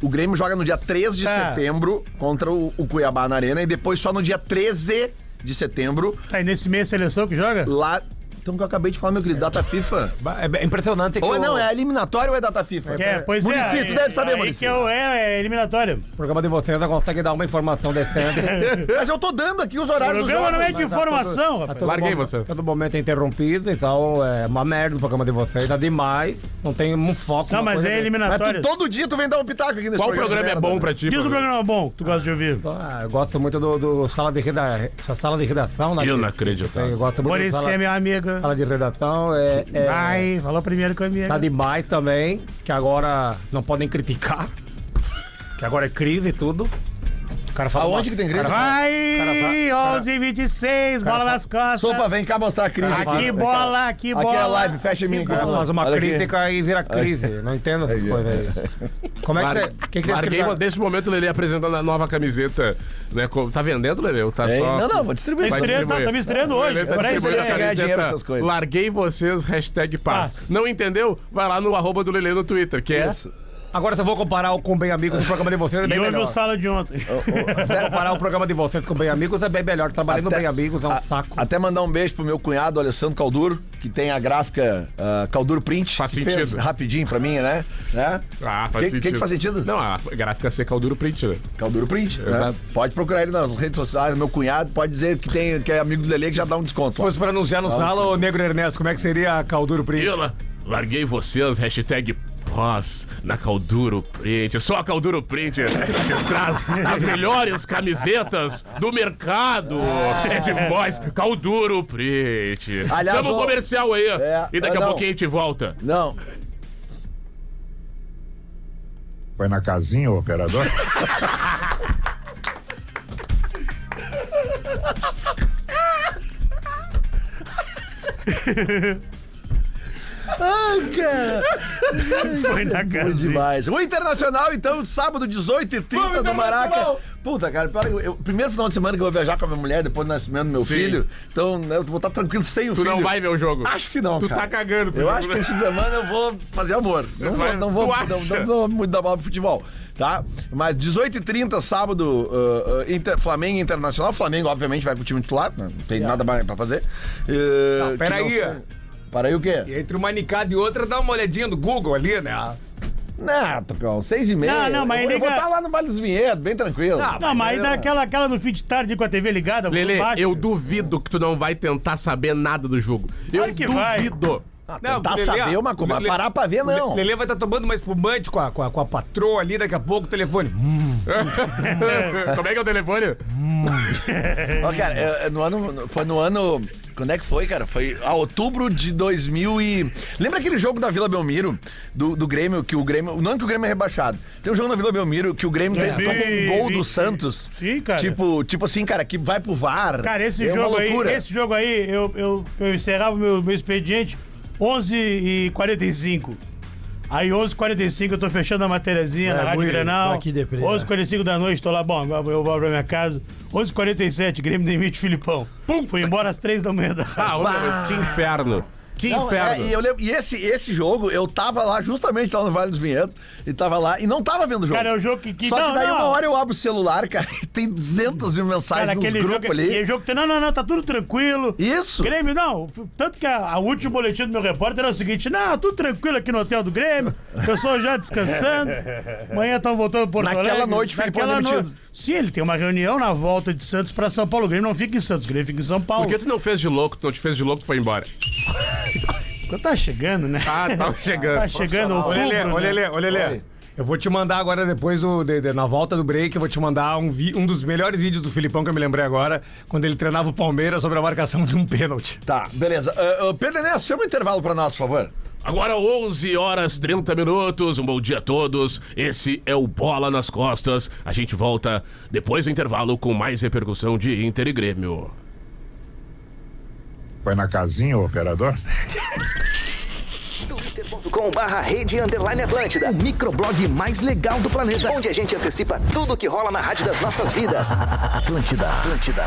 Speaker 2: O Grêmio joga no dia 3 de
Speaker 3: Tá.
Speaker 2: setembro contra o, o Cuiabá na Arena e depois só no dia 13 de setembro
Speaker 3: Tá, e nesse mês a seleção que joga?
Speaker 2: lá. Então o que eu acabei de falar, meu querido, data FIFA.
Speaker 5: bah, É bem impressionante que
Speaker 2: Ou
Speaker 5: o-
Speaker 2: não, é eliminatório ou é data FIFA?
Speaker 3: Que é, pois é.
Speaker 2: Muricy, tu
Speaker 3: aí-
Speaker 2: deve saber,
Speaker 3: aí
Speaker 2: Muricy.
Speaker 3: que é, o- é, é eliminatório.
Speaker 5: o programa de vocês não consegue dar uma informação decente.
Speaker 2: Mas eu tô dando aqui os
Speaker 3: O
Speaker 2: horários do
Speaker 3: programa não é de
Speaker 5: mas tá
Speaker 3: informação,
Speaker 5: A
Speaker 3: rapaz.
Speaker 5: todo
Speaker 4: Larguei
Speaker 5: momento-
Speaker 4: você.
Speaker 5: a Todo momento é interrompido, então é uma merda o programa de vocês. Tá demais. Não tem um foco.
Speaker 3: Não,
Speaker 5: uma
Speaker 3: mas
Speaker 5: coisa
Speaker 3: é
Speaker 5: dentro.
Speaker 2: Mas tu-
Speaker 3: eliminatório.
Speaker 2: todo dia tu vem dar um pitaco aqui nesse
Speaker 4: Qual programa é
Speaker 2: merda,
Speaker 4: bom
Speaker 2: né?
Speaker 4: pra ti?
Speaker 3: Diz o
Speaker 4: professor?
Speaker 3: programa bom que tu gosta de ouvir.
Speaker 5: Ah, eu gosto muito do, do sala de redação. Essa sala de redação, né?
Speaker 4: Eu não
Speaker 5: Eu
Speaker 4: acredito.
Speaker 5: gosto muito
Speaker 3: Por
Speaker 5: do
Speaker 3: isso é
Speaker 5: sala,
Speaker 3: minha amiga.
Speaker 5: sala de redação. É, é-
Speaker 3: Ai, falou primeiro com a amiga.
Speaker 5: tá demais também, que agora não podem criticar. Que agora é crise e tudo. cara fala.
Speaker 2: Aonde Ah, que tem grito?
Speaker 3: Vai, 11 26, bola nas costas.
Speaker 2: Sopa, vem cá mostrar a crítica.
Speaker 3: Aqui bola, aqui bola.
Speaker 2: Aqui é live, fecha em mim.
Speaker 5: O cara
Speaker 2: cara.
Speaker 5: faz uma
Speaker 2: Olha aqui.
Speaker 5: crítica e vira crise. Não entendo essas coisas aí. Como é que.
Speaker 4: Lar-
Speaker 5: tá- que que tá
Speaker 4: Larguei,
Speaker 5: escrito?
Speaker 4: mas neste momento o Lelê apresentando a nova camiseta. Né? Co- Tá vendendo, Lelê? Ou Tá
Speaker 2: Ei,
Speaker 4: só...
Speaker 2: Não, não, vou distribuir.
Speaker 3: Tá
Speaker 4: Vai
Speaker 3: estreando,
Speaker 4: distribuir.
Speaker 3: tá me estreando hoje.
Speaker 4: O Lelê tá
Speaker 3: Parece
Speaker 2: que
Speaker 4: distribuindo
Speaker 2: ele
Speaker 4: a
Speaker 2: ganha
Speaker 4: camiseta.
Speaker 2: dinheiro com essas coisas.
Speaker 4: Larguei vocês, hashtag paz.
Speaker 3: Paz.
Speaker 4: Não entendeu? Vai lá no arroba do Lelê no Twitter, que é...
Speaker 2: Isso.
Speaker 5: Agora se eu vou comparar o com Bem Amigos, o programa de vocês é
Speaker 3: E
Speaker 5: bem
Speaker 3: hoje
Speaker 5: melhor.
Speaker 3: o sala de ontem.
Speaker 5: Se eu comparar o programa de vocês com o Bem Amigos, é bem melhor. Trabalhei no
Speaker 2: Até-
Speaker 5: Bem Amigos, é um
Speaker 2: a-
Speaker 5: saco.
Speaker 2: Até mandar um beijo pro meu cunhado, Alessandro Calduro, que tem a gráfica ah, Calduro Print.
Speaker 4: Faz
Speaker 2: que
Speaker 4: sentido.
Speaker 2: Fez rapidinho pra mim, né? né?
Speaker 4: Ah,
Speaker 2: Que- que que faz sentido?
Speaker 4: Não, a gráfica seca o duro print, né?
Speaker 2: Calduro Print. né?
Speaker 4: Exato.
Speaker 2: Pode procurar ele nas redes sociais, meu cunhado. Pode dizer que, tem, que é amigo do Lelê que já dá um desconto.
Speaker 5: Se fosse pra anunciar no sala, o Negro Ernesto, como é que seria a Calduro Print?
Speaker 4: Ela, larguei vocês, hashtag pós na Calduro Print. Só a Calduro Print né? te traz as melhores camisetas do mercado. É de pós, Calduro Print.
Speaker 2: Aliás,
Speaker 4: Chama o
Speaker 2: ô-
Speaker 4: comercial aí.
Speaker 2: É,
Speaker 4: e daqui
Speaker 2: é,
Speaker 4: a
Speaker 2: não.
Speaker 4: pouquinho a gente volta.
Speaker 2: Não,
Speaker 7: Foi na casinha o operador?
Speaker 3: Foi na casa.
Speaker 2: demais. O Internacional, então, sábado, 18h30, no Maraca. Puta, cara, pera, eu, eu- primeiro final de semana que eu vou viajar com a minha mulher, depois do nascimento do meu
Speaker 4: Sim.
Speaker 2: filho. Então, né, eu vou estar tranquilo sem o
Speaker 4: Tu
Speaker 2: filho.
Speaker 4: não vai ver o jogo.
Speaker 2: Acho que não,
Speaker 4: Tu
Speaker 2: cara.
Speaker 4: tá cagando. pro
Speaker 2: Eu
Speaker 4: jogo,
Speaker 2: acho que
Speaker 4: né?
Speaker 2: esse semana eu vou fazer amor. Não
Speaker 4: Vai,
Speaker 2: vou, não vou,
Speaker 4: tu
Speaker 2: não-
Speaker 4: acha?
Speaker 2: não vou muito dar bola pro futebol, tá? Mas 18h30, sábado, uh, uh, Inter- Flamengo e Internacional. Flamengo, obviamente, vai com o time titular, né? não tem nada mais pra fazer. Uh,
Speaker 5: peraí.
Speaker 2: que não são- Peraí o quê?
Speaker 5: Entre uma nicada e outra, dá uma olhadinha no Google ali, né?
Speaker 2: Não, Tocão, seis e meia.
Speaker 3: Não, não, mas
Speaker 2: eu, vou- eu
Speaker 3: liga-
Speaker 2: vou estar lá no Vale dos Vinhedos, bem tranquilo.
Speaker 3: Não, mas aí dá aquela, aquela no fim de tarde com a TV ligada.
Speaker 4: Lele,
Speaker 3: embaixo.
Speaker 4: eu duvido que tu não vai tentar saber nada do jogo. Eu
Speaker 3: Claro que vai.
Speaker 4: duvido.
Speaker 2: Ah,
Speaker 5: Não,
Speaker 2: tentar
Speaker 5: Lelê,
Speaker 2: saber uma coisa, mas
Speaker 5: Lelê-
Speaker 2: parar pra ver, não.
Speaker 5: Lele vai estar tomando uma espumante com a, com, a, com a patroa ali, daqui a pouco o telefone. Hum,
Speaker 4: Como é que é o telefone?
Speaker 2: Ó, cara, é, é no ano, no- foi no ano. Quando é que foi, cara? Foi a outubro de 2000 e... Lembra aquele jogo da Vila Belmiro, do, do Grêmio, que o Grêmio... Não é que o Grêmio é rebaixado. Tem um jogo na Vila Belmiro que o Grêmio tem, toma um gol do
Speaker 3: 2020.
Speaker 2: Santos.
Speaker 3: É. Sim, cara.
Speaker 2: Tipo, tipo assim, cara, que vai pro VAR.
Speaker 3: Cara, esse
Speaker 2: é
Speaker 3: jogo
Speaker 2: uma
Speaker 3: aí,
Speaker 2: loucura.
Speaker 3: esse jogo aí, eu, eu, eu encerrava o meu, meu expediente 11h45. Aí 11h45 eu tô fechando a matériazinha na Rádio
Speaker 5: muito-
Speaker 3: Grenal.
Speaker 5: aqui deprê, né?
Speaker 3: 11h45 da noite, tô lá, bom, agora eu vou pra minha casa. 11h47, Grêmio demite Filipão. Pum! Fui embora às 3 da manhã da
Speaker 4: Ah, outra vez, que inferno. Que
Speaker 3: um
Speaker 2: Não,
Speaker 4: inferno.
Speaker 2: é, e eu lembro- e esse, esse jogo, eu tava lá, justamente lá no Vale dos Vinhedos, e tava lá, e não tava vendo o jogo.
Speaker 3: Cara, é o jogo que- que-
Speaker 2: Só que
Speaker 3: não,
Speaker 2: daí
Speaker 3: não.
Speaker 2: uma hora eu abro o celular, cara, e tem 200 mil mensagens
Speaker 3: Cara,
Speaker 2: nos
Speaker 3: aquele
Speaker 2: grupos
Speaker 3: jogo, é-
Speaker 2: ali.
Speaker 3: aquele jogo que- não, não, não, tá tudo tranquilo.
Speaker 2: Isso.
Speaker 3: Grêmio, não. Tanto que a, a última boletim do meu repórter era o seguinte: não, tudo tranquilo aqui no hotel do Grêmio, o pessoal já descansando. Amanhã estão voltando pro Porto
Speaker 2: Naquela
Speaker 3: Alegre.
Speaker 2: noite, Filipão demitido.
Speaker 3: Sim, ele tem uma reunião na volta de Santos pra São Paulo. O Grêmio não fica em Santos, o Grêmio fica em São Paulo.
Speaker 4: Por que tu não fez de louco? Tu não te fez de louco, tu foi embora.
Speaker 3: Porque tá chegando, né?
Speaker 4: Ah, tava
Speaker 3: Tá
Speaker 4: chegando.
Speaker 3: chegando né? o
Speaker 5: Ô, Lelê, ô, Lelê, ô, Lelê.
Speaker 6: Oi.
Speaker 5: né? Eu vou te mandar agora, depois, do, de- de- na volta do break, eu vou te mandar um, vi- um dos melhores vídeos do Filipão que eu me lembrei agora, quando ele treinava o Palmeiras sobre a marcação de um pênalti.
Speaker 2: Tá, beleza. Ô, ô, Pedro Enéas, chama o intervalo pra nós, por favor.
Speaker 4: Agora 11 horas 30 minutos. Um bom dia a todos. Esse é o Bola nas Costas. A gente volta depois do intervalo com mais repercussão de Inter e Grêmio.
Speaker 7: Foi na casinha o operador?
Speaker 8: twitter.com barra rede underline Atlântida, o microblog mais legal do planeta, onde a gente antecipa tudo que rola na rádio das nossas vidas. Atlântida, Atlântida.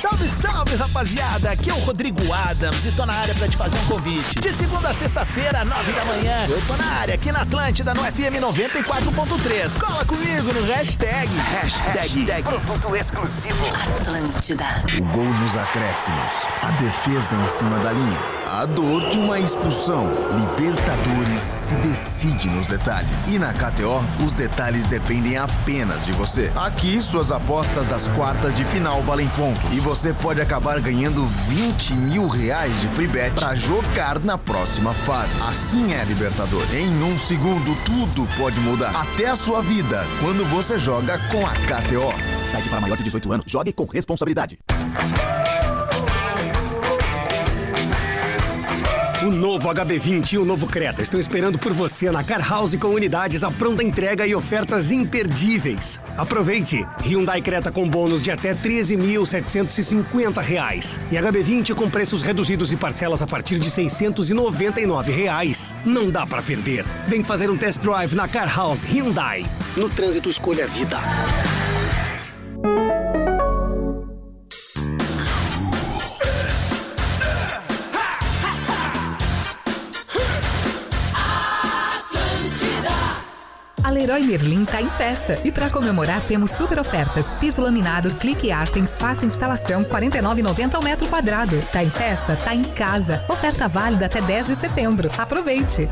Speaker 9: Salve, salve, rapaziada! Aqui é o Rodrigo Adams e tô na área pra te fazer um convite. De segunda a sexta-feira, nove da manhã, eu tô na área aqui na Atlântida, no FM 94.3. Cola comigo no hashtag. Hashtag.
Speaker 8: Produto exclusivo.
Speaker 10: Atlântida.
Speaker 11: O gol nos acréscimos, a defesa em cima da linha, a dor de uma expulsão. Libertadores se decide nos detalhes. E na KTO, os detalhes dependem apenas de você. Aqui, suas apostas das quartas de final valem pontos. E você pode acabar ganhando 20 mil reais de free bet para jogar na próxima fase. Assim é, Libertadores. Em um segundo, tudo pode mudar. Até a sua vida, quando você joga com a KTO.
Speaker 8: Site para maior de 18 anos, jogue com responsabilidade.
Speaker 10: O novo HB20 e o novo Creta estão esperando por você na Car House com unidades à pronta entrega e ofertas imperdíveis. Aproveite! Hyundai Creta com bônus de até R$ 13.750 reais. e HB20 com preços reduzidos e parcelas a partir de R$ 699 reais. Não dá para perder. Vem fazer um test drive na Car House Hyundai. No trânsito escolha a vida.
Speaker 12: A Leroy Merlin tá em festa e para comemorar temos super ofertas. Piso laminado Clique Artens fácil instalação 49,90 ao metro quadrado. Tá em festa? Tá em casa. Oferta válida até 10 de setembro. Aproveite.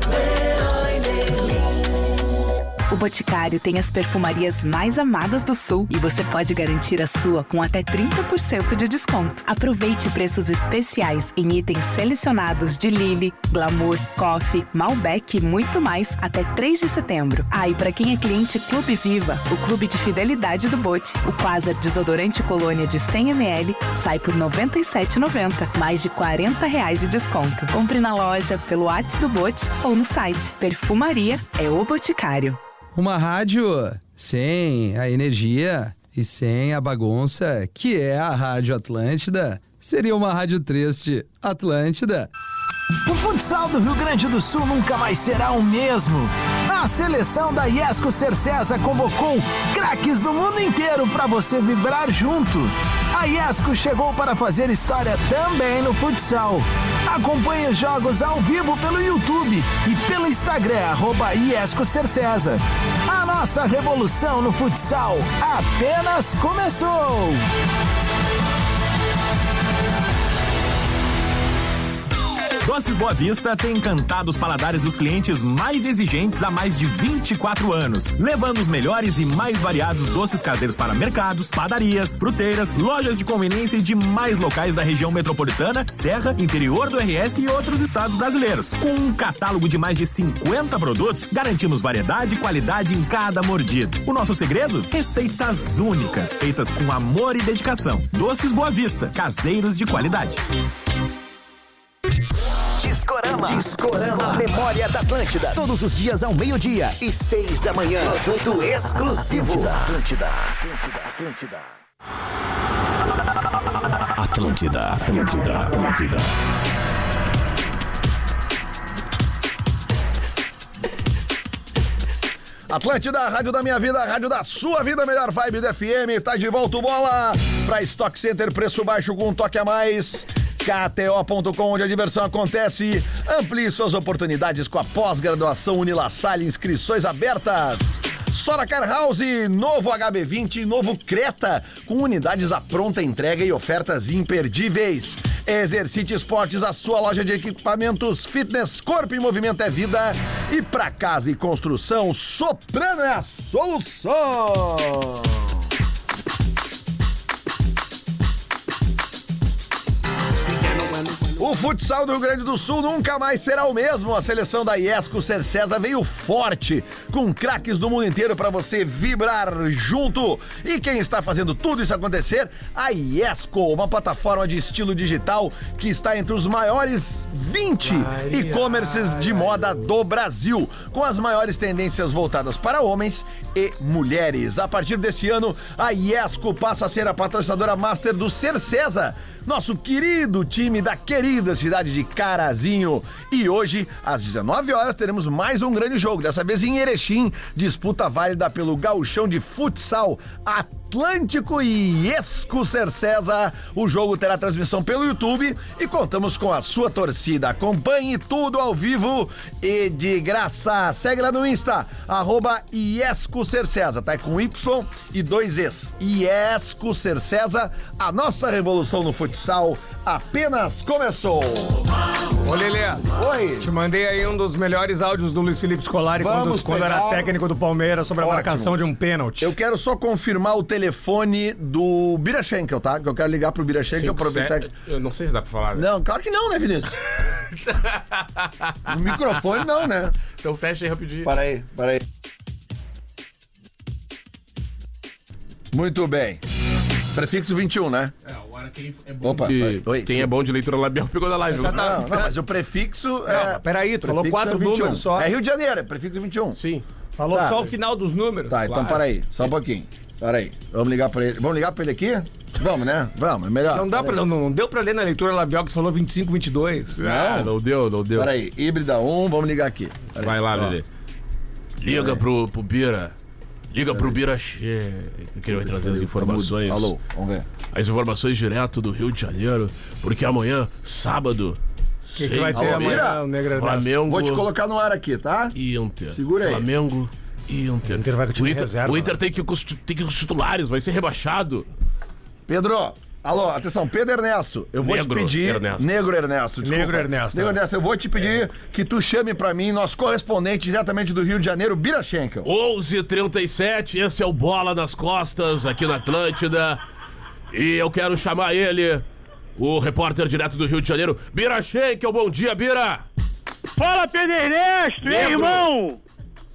Speaker 13: O Boticário tem as perfumarias mais amadas do Sul e você pode garantir a sua com até 30% de desconto. Aproveite preços especiais em itens selecionados de Lily, Glamour, Coffee, Malbec e muito mais até 3 de setembro. Ah, e para quem é cliente Clube Viva, o clube de fidelidade do Bote, o Quasar Desodorante Colônia de 100ml sai por R$ 97,90, mais de R$ 40 reais de desconto. Compre na loja, pelo WhatsApp do Bote ou no site. Perfumaria é o Boticário.
Speaker 14: Uma rádio sem a energia e sem a bagunça que é a Rádio Atlântida seria uma rádio triste Atlântida.
Speaker 9: O futsal do Rio Grande do Sul nunca mais será o mesmo. A seleção da Iesco Cercesa convocou craques do mundo inteiro para você vibrar junto. A Iesco chegou para fazer história também no futsal. Acompanhe os jogos ao vivo pelo YouTube e pelo Instagram, arroba Iesco Cercesa. A nossa revolução no futsal apenas começou!
Speaker 15: Doces Boa Vista tem encantado os paladares dos clientes mais exigentes há mais de 24 anos, levando os melhores e mais variados doces caseiros para mercados, padarias, fruteiras, lojas de conveniência e demais locais da região metropolitana, Serra, interior do RS e outros estados brasileiros. Com um catálogo de mais de 50 produtos, garantimos variedade e qualidade em cada mordida. O nosso segredo? Receitas únicas, feitas com amor e dedicação. Doces Boa Vista, caseiros de qualidade.
Speaker 8: Discorama. Discorama. Memória da Atlântida. Todos os dias ao meio-dia e seis da manhã. Produto exclusivo. Atlântida. Atlântida.
Speaker 1: Atlântida,
Speaker 8: Atlântida.
Speaker 1: Atlântida, Atlântida.
Speaker 2: Atlântida, a rádio da minha vida, a rádio da sua vida, a melhor vibe do FM, tá de volta o bola pra Stock Center, preço baixo com um toque a mais. KTO.com, onde a diversão acontece. Amplie suas oportunidades com a pós-graduação Unilassalle, inscrições abertas. Sora Car House, novo HB20 e novo Creta, com unidades à pronta entrega e ofertas imperdíveis. Exercite Esportes, a sua loja de equipamentos fitness, corpo em movimento é vida. E para casa e construção, Soprano é a solução. O futsal do Rio Grande do Sul nunca mais será o mesmo. A seleção da Iesco Cercesa veio forte, com craques do mundo inteiro para você vibrar junto. E quem está fazendo tudo isso acontecer? A Iesco, uma plataforma de estilo digital que está entre os maiores 20 e-commerces de moda do Brasil, com as maiores tendências voltadas para homens e mulheres. A partir desse ano, a Iesco passa a ser a patrocinadora master do Cercesa, nosso querido time da querida cidade de Carazinho. E hoje, às 19 horas, teremos mais um grande jogo. Dessa vez em Erechim, disputa válida pelo gauchão de futsal Atlântico e Esco Cercesa. O jogo terá transmissão pelo YouTube e contamos com a sua torcida. Acompanhe tudo ao vivo e de graça. Segue lá no Insta, arroba Iesco Cercesa, tá? É Com Y e dois Es. Iesco Cercesa, a nossa revolução no futsal apenas começou.
Speaker 5: Ô Lelê, Oi. te mandei aí um dos melhores áudios do Luiz Felipe Scolari
Speaker 2: Vamos
Speaker 5: quando, quando
Speaker 2: pegar
Speaker 5: era
Speaker 2: o-
Speaker 5: técnico do Palmeiras sobre a
Speaker 2: Ótimo.
Speaker 5: marcação de um pênalti.
Speaker 2: Eu quero só confirmar o telefone do Bira Schenkel, tá? Que eu quero ligar pro Bira Schenkel, aproveitar. que-
Speaker 4: Eu não sei se dá pra falar.
Speaker 2: Não, claro que não, né, Vinícius? No microfone não, né?
Speaker 4: Então fecha aí rapidinho.
Speaker 2: Para aí, para aí. Muito bem. Prefixo 21, né?
Speaker 4: É
Speaker 2: bom Opa,
Speaker 4: de,
Speaker 2: vai. Oi,
Speaker 4: quem é bom de leitura labial pegou da live.
Speaker 2: Tá, tá, não, mas o prefixo é.
Speaker 4: Ah, Não, peraí, tu falou
Speaker 2: prefixo
Speaker 4: quatro
Speaker 2: 21.
Speaker 4: números só.
Speaker 2: É Rio de Janeiro, é prefixo 21.
Speaker 4: Sim.
Speaker 5: Falou só o final dos números.
Speaker 2: Tá, então
Speaker 5: Claro.
Speaker 2: peraí, só um pouquinho. Peraí, vamos ligar pra ele. Vamos ligar pra ele aqui? Vamos, né? Vamos, é melhor.
Speaker 5: Não, dá pra, não, não deu pra ler na leitura labial que falou 25, 22.
Speaker 2: Não.
Speaker 4: ah, não deu, não deu.
Speaker 2: Peraí, híbrida 1, vamos ligar aqui.
Speaker 4: Vai lá, Lelê. Liga pro, pro Bira. Liga pro Bira Che, que ele vai trazer as informações.
Speaker 2: Alô, vamos ver.
Speaker 4: As informações direto do Rio de Janeiro, porque amanhã, sábado.
Speaker 2: Que que
Speaker 4: seis
Speaker 2: vai ter
Speaker 4: da
Speaker 2: amanhã, Um
Speaker 4: manhã,
Speaker 2: o Negra Graça?
Speaker 4: Flamengo.
Speaker 2: Vou te colocar no ar aqui, tá?
Speaker 4: E Inter.
Speaker 2: Segura aí.
Speaker 4: Flamengo e Inter.
Speaker 2: Inter vai com o time
Speaker 4: o Inter,
Speaker 2: reserva,
Speaker 4: o Inter tem que, ir com os ti- tem que ir com os titulares, vai ser rebaixado.
Speaker 2: Pedro, alô, atenção, Pedro Ernesto, eu vou
Speaker 4: Negro
Speaker 2: te pedir.
Speaker 4: Ernesto.
Speaker 2: Negro Ernesto, desculpa.
Speaker 4: Negro Ernesto,
Speaker 2: Negro
Speaker 4: é.
Speaker 2: Ernesto, eu vou te pedir que tu chame pra mim nosso correspondente diretamente do Rio de Janeiro, Bira Schenkel.
Speaker 4: 11:37, esse é o Bola nas Costas aqui na Atlântida. E eu quero chamar ele, o repórter direto do Rio de Janeiro, Bira Schenkel. Bom dia, Bira!
Speaker 16: Fala, Pedro Ernesto, e aí,
Speaker 4: Negro.
Speaker 16: irmão?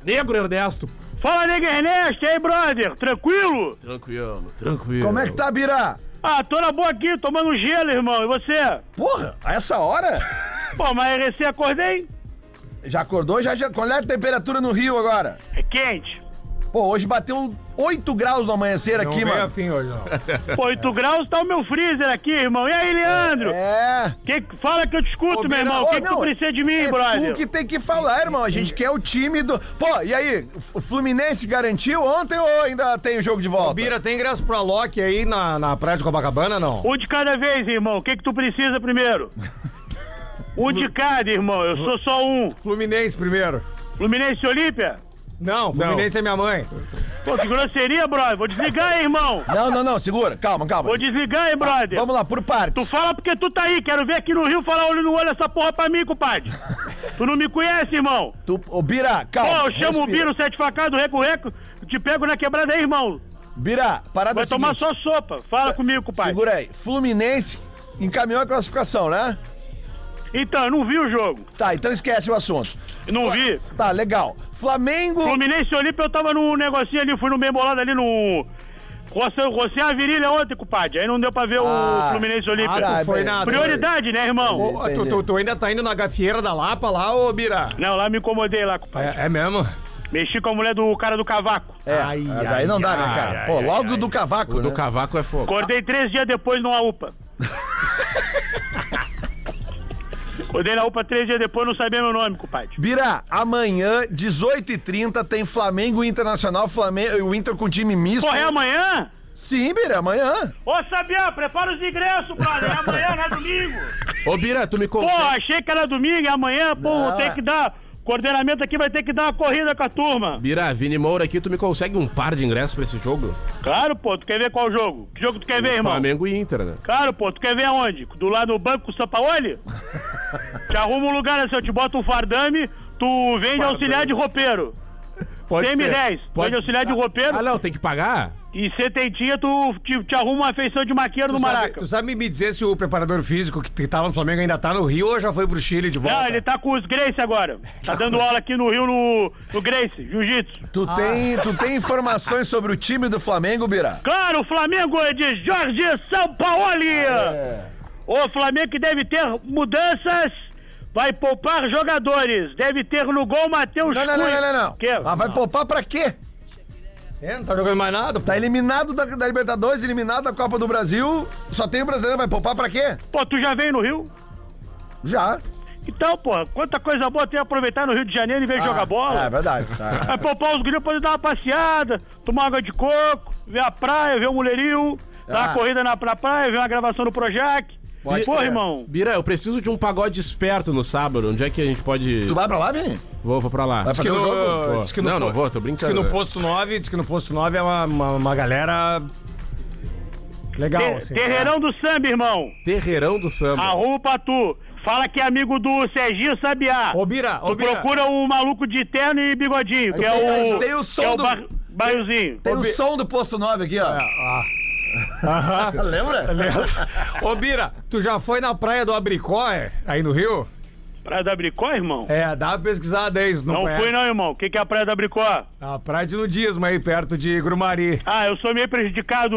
Speaker 4: Negro Ernesto.
Speaker 16: Fala, Nego Ernesto, e aí, brother? Tranquilo?
Speaker 4: Tranquilo, tranquilo.
Speaker 2: Como é que tá, Bira?
Speaker 16: Ah, tô na boa aqui,
Speaker 3: um
Speaker 16: tomando gelo, irmão. E você?
Speaker 2: Porra, a essa hora?
Speaker 16: Pô, mas recém acordei.
Speaker 2: Já acordou? Já, já. Qual é a temperatura no Rio agora?
Speaker 16: É quente.
Speaker 2: Pô, hoje bateu 8 graus no amanhecer
Speaker 5: Não
Speaker 2: aqui,
Speaker 5: veio
Speaker 2: mano.
Speaker 5: a fim hoje, não.
Speaker 16: Pô, 8 graus tá o meu freezer aqui, irmão. E aí, Leandro?
Speaker 2: É.
Speaker 16: fala que eu te escuto, meu irmão. O que, que tu precisa de mim,
Speaker 2: é Tu
Speaker 16: brother?
Speaker 2: que tem que falar, irmão. A gente quer o time do. Pô, e aí? O Fluminense garantiu ontem ou ainda tem o jogo de volta?
Speaker 5: Bira, tem ingresso pro Alok aí na, na praia de Copacabana, não?
Speaker 16: Um de cada vez, irmão. O que, que tu precisa primeiro? um de cada, irmão. Eu sou só um.
Speaker 5: Fluminense primeiro.
Speaker 16: Fluminense e Olímpia?
Speaker 5: Não, Fluminense é minha mãe.
Speaker 16: Pô, que grosseria, brother. Vou desligar, hein, irmão.
Speaker 2: Não, não, não, segura. Calma, calma.
Speaker 16: Vou desligar, hein, brother.
Speaker 2: Vamos lá, por partes.
Speaker 16: Tu fala porque tu tá aí. Quero ver aqui no Rio falar olho no olho essa porra pra mim, compadre. tu não me conhece, irmão.
Speaker 2: Tu, ô, Bira, calma.
Speaker 16: Pô, eu chamo o
Speaker 2: respira.
Speaker 16: Biro, sete facadas, reco, reco. Te pego na quebrada aí, irmão.
Speaker 2: Bira, parada é
Speaker 16: Vai tomar só sopa. Fala comigo, compadre.
Speaker 2: Segura aí. Fluminense encaminhou a classificação, né?
Speaker 16: Então, eu não vi o jogo.
Speaker 2: Tá, então esquece o assunto.
Speaker 16: Não vi.
Speaker 2: Tá, legal. Flamengo.
Speaker 16: Fluminense e Olímpia, eu tava num negocinho ali, fui no bem bolado ali no. Rocei rocei a virilha ontem, compadre. Aí não deu pra ver
Speaker 5: Ah,
Speaker 16: o Fluminense e Olímpia.
Speaker 5: ah, tá, foi nada.
Speaker 16: Prioridade, né, irmão?
Speaker 5: Ô, tu, tu- tu ainda tá indo na gafieira da Lapa lá, ô Bira?
Speaker 16: Não, lá me incomodei lá, compadre.
Speaker 5: É, mesmo?
Speaker 16: Mexi com a mulher do cara do cavaco.
Speaker 2: É, aí não dá, né, cara? Pô, logo do cavaco.
Speaker 4: do
Speaker 2: né?
Speaker 4: cavaco é fogo.
Speaker 16: Acordei três dias depois numa UPA. Acordei na UPA três dias depois, não sabia meu nome, compadre.
Speaker 2: Bira, amanhã, 18h30, tem Flamengo e Internacional, Flamengo, o Inter com time misto.
Speaker 16: Porra, é amanhã?
Speaker 2: Sim, Bira, amanhã.
Speaker 16: Ô, Sabiá, prepara os ingressos, brother. É amanhã, não é domingo.
Speaker 4: Ô, Bira, tu me
Speaker 16: Pô,
Speaker 4: consegue...
Speaker 16: achei que era domingo, é amanhã, pô,
Speaker 4: Não,
Speaker 16: tem
Speaker 4: é.
Speaker 16: que dar. Coordenamento aqui vai ter que dar uma corrida com a turma.
Speaker 4: Bira, Vini Moura aqui, tu me consegue um par de ingressos pra esse jogo?
Speaker 16: Claro, pô, tu quer ver qual jogo? Que jogo tu quer ver, irmão?
Speaker 4: Flamengo e Inter, né?
Speaker 16: Claro, pô, tu quer ver aonde? Do lado do banco com o Sampaoli? te arruma um lugar assim, eu te boto um fardame, tu vende
Speaker 4: Fardame.
Speaker 16: auxiliar de roupeiro.
Speaker 4: Pode
Speaker 16: Tem
Speaker 4: ser.
Speaker 16: M10,
Speaker 4: Pode
Speaker 16: vende auxiliar de roupeiro.
Speaker 4: Ah, não, tem que pagar?
Speaker 16: E setentinha, tu te, te arruma uma feição de maqueiro
Speaker 5: Tu
Speaker 16: no
Speaker 5: sabe,
Speaker 16: Maraca.
Speaker 5: tu sabe me dizer se o preparador físico que, que tava no Flamengo ainda tá no Rio ou já foi pro Chile de volta?
Speaker 16: Não, ele tá com os Grace agora. Tá dando aula aqui no Rio, no, no Grace, Jiu-Jitsu.
Speaker 2: Tu, tem, tu tem informações sobre o time do Flamengo, Bira?
Speaker 16: Claro, o Flamengo é de Jorge Sampaoli. O Flamengo que deve ter mudanças, vai poupar jogadores. Deve ter no gol Matheus
Speaker 2: Não, não, não,
Speaker 16: Cunha.
Speaker 2: não, não, não.
Speaker 16: Que?
Speaker 2: Mas vai poupar pra quê?
Speaker 5: É, não tá jogando mais nada,
Speaker 2: Tá eliminado da, da Libertadores, eliminado da Copa do Brasil, só tem o brasileiro, vai poupar pra quê?
Speaker 16: Pô, tu já veio no Rio?
Speaker 2: Já.
Speaker 16: Então, porra, quanta coisa boa tem aproveitar Tá no Rio de Janeiro em vez de jogar bola.
Speaker 2: É verdade, tá.
Speaker 16: Vai poupar os gringos pra dar uma passeada, tomar água de coco, ver a praia, ver o mulherio, dar
Speaker 4: Ah.
Speaker 16: uma corrida na pra praia, ver uma gravação no Projac.
Speaker 4: Pode
Speaker 16: Porra,
Speaker 4: crer.
Speaker 16: irmão.
Speaker 4: Bira, eu preciso de um pagode esperto no sábado. Onde é que a gente pode. Tu
Speaker 2: vai pra lá, Vini?
Speaker 4: Vou, vou pra lá.
Speaker 5: Diz que no-
Speaker 4: Pô.
Speaker 5: diz que no
Speaker 4: não,
Speaker 5: po-
Speaker 4: não vou, tô brincando.
Speaker 5: Diz que no posto 9, diz que no posto 9 é uma, uma, uma galera legal,
Speaker 16: Ter-
Speaker 5: assim.
Speaker 16: Terreirão do samba, irmão.
Speaker 4: Terreirão do samba.
Speaker 16: Arruma pra tu. Fala que é amigo do Serginho Sabiá.
Speaker 5: Ô, Bira, ô,
Speaker 16: Tu
Speaker 5: Bira.
Speaker 16: Procura o maluco de terno e bigodinho, que
Speaker 2: Tem-
Speaker 16: é o.
Speaker 2: tem o som
Speaker 16: que é o
Speaker 2: do-
Speaker 16: bar- É. bairrozinho.
Speaker 2: Tem o som do posto 9 aqui, ó.
Speaker 5: Aham.
Speaker 2: Lembra?
Speaker 5: Lembra. Ô, Bira, tu já foi na praia do Abricó, é? Aí no Rio?
Speaker 16: Praia do Abricó, irmão?
Speaker 5: É, dá uma pesquisada aí, se não
Speaker 16: Não
Speaker 5: conhece.
Speaker 16: fui, não, irmão. O que, que é a Praia da Bricó?
Speaker 5: A praia de nudismo aí, perto de Grumari.
Speaker 16: Ah, eu sou meio prejudicado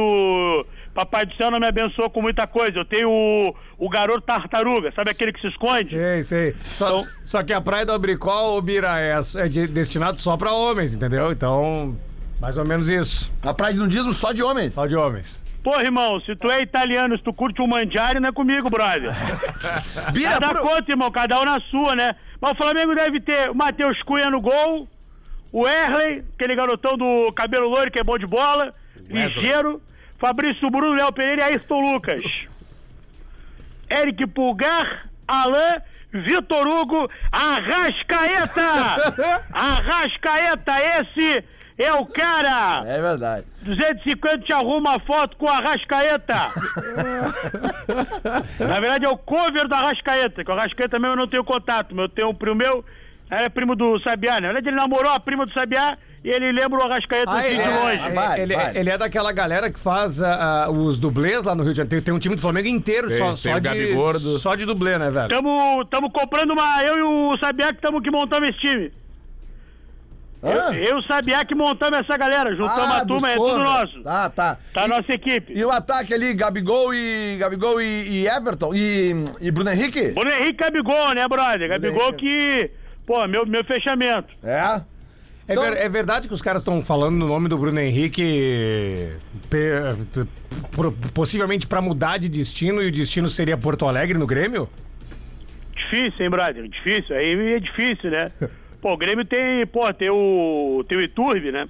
Speaker 16: Papai do Céu não me abençoou com muita coisa. Eu tenho o, o garoto tartaruga, sabe aquele que se esconde?
Speaker 5: Sei, sei. Só,
Speaker 16: Então-
Speaker 5: só que a Praia do Abricol, ô Bira, é, é de- destinado só pra homens, entendeu? Então, mais ou menos isso. A praia
Speaker 2: um
Speaker 5: de nudismo só de homens? Só de homens.
Speaker 16: Porra, irmão, se tu é italiano, se tu curte o mandiário, não é comigo, brother.
Speaker 6: Bira,
Speaker 16: cada conta, irmão, cada um na sua, né? Mas o Flamengo deve ter o Matheus Cunha no gol, o Erley, aquele garotão do cabelo loiro que é bom de bola,
Speaker 4: Wesley.
Speaker 16: ligeiro, Fabrício Bruno, Léo Pereira e Ayrton Lucas. Eric Pulgar, Alain, Vitor Hugo, Arrascaeta! Arrascaeta, esse é o cara!
Speaker 6: É verdade.
Speaker 16: 250 te arruma uma foto com o Arrascaeta. Na verdade é o cover do Arrascaeta, que o Arrascaeta mesmo eu não tenho contato, mas eu tenho um primo meu, era primo do Sabiá, né? Na verdade ele namorou a prima do Sabiá e ele lembra o Arrascaeta
Speaker 5: Ah,
Speaker 16: assim
Speaker 5: ele,
Speaker 16: de
Speaker 5: é,
Speaker 16: longe.
Speaker 5: ele- ele, ele é daquela galera que faz ah, ah, os dublês lá no Rio de Janeiro. Tem, tem um time do Flamengo inteiro
Speaker 16: Tem,
Speaker 5: só,
Speaker 16: tem
Speaker 5: só
Speaker 16: o
Speaker 5: de
Speaker 16: Gabigordo.
Speaker 5: só de dublê, né, velho?
Speaker 16: Tamo, tamo comprando uma. Eu e o Sabiá que tamo que montamos esse time. Eu, eu e o Sabiá que montamos essa galera. Juntamos
Speaker 2: Ah,
Speaker 16: a turma,
Speaker 2: dos
Speaker 16: é tudo
Speaker 2: covers.
Speaker 16: nosso.
Speaker 2: Tá, tá.
Speaker 16: Tá a nossa equipe.
Speaker 2: E o ataque ali, Gabigol e. Gabigol e, e Everton? E, e Bruno Henrique?
Speaker 16: Bruno Henrique Gabigol, né, brother? Gabigol que. Pô, meu, meu fechamento.
Speaker 2: É?
Speaker 5: É, ver- é verdade que os caras estão falando no nome do Bruno Henrique pe- pe- pro- possivelmente pra mudar de destino e o destino seria Porto Alegre no Grêmio?
Speaker 16: Difícil, hein, brother? Difícil. Aí é difícil, né? Pô, o Grêmio tem, pô, tem o. Tem o Iturbe, né?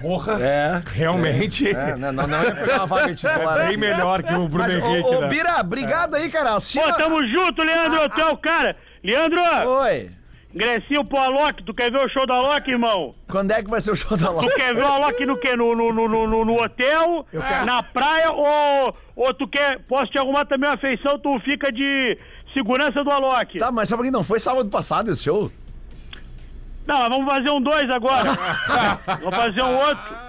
Speaker 5: Porra!
Speaker 2: É.
Speaker 5: Realmente.
Speaker 2: É, não, não, não ia pegar uma vaga de é titular.
Speaker 5: Bem melhor que o Bruno
Speaker 2: Mas, ô,
Speaker 5: Henrique,
Speaker 2: ô,
Speaker 5: né?
Speaker 2: Bira, obrigado aí, cara. Assina...
Speaker 16: Pô, tamo junto, Leandro. Tu é o cara. Leandro!
Speaker 2: Oi.
Speaker 16: Ingressinho pro Alok. Tu quer ver o show da Alok, irmão?
Speaker 2: Quando é que vai ser o show da Alok?
Speaker 16: Tu quer ver o Alok no quê? No, no, no, no, no- no hotel? Na praia? Ou, ou tu quer... Posso te arrumar também uma feição? Tu fica de segurança do Alok.
Speaker 2: Tá, mas sabe que não foi sábado passado esse show?
Speaker 16: Não, mas vamos fazer um dois agora. vamos fazer um outro.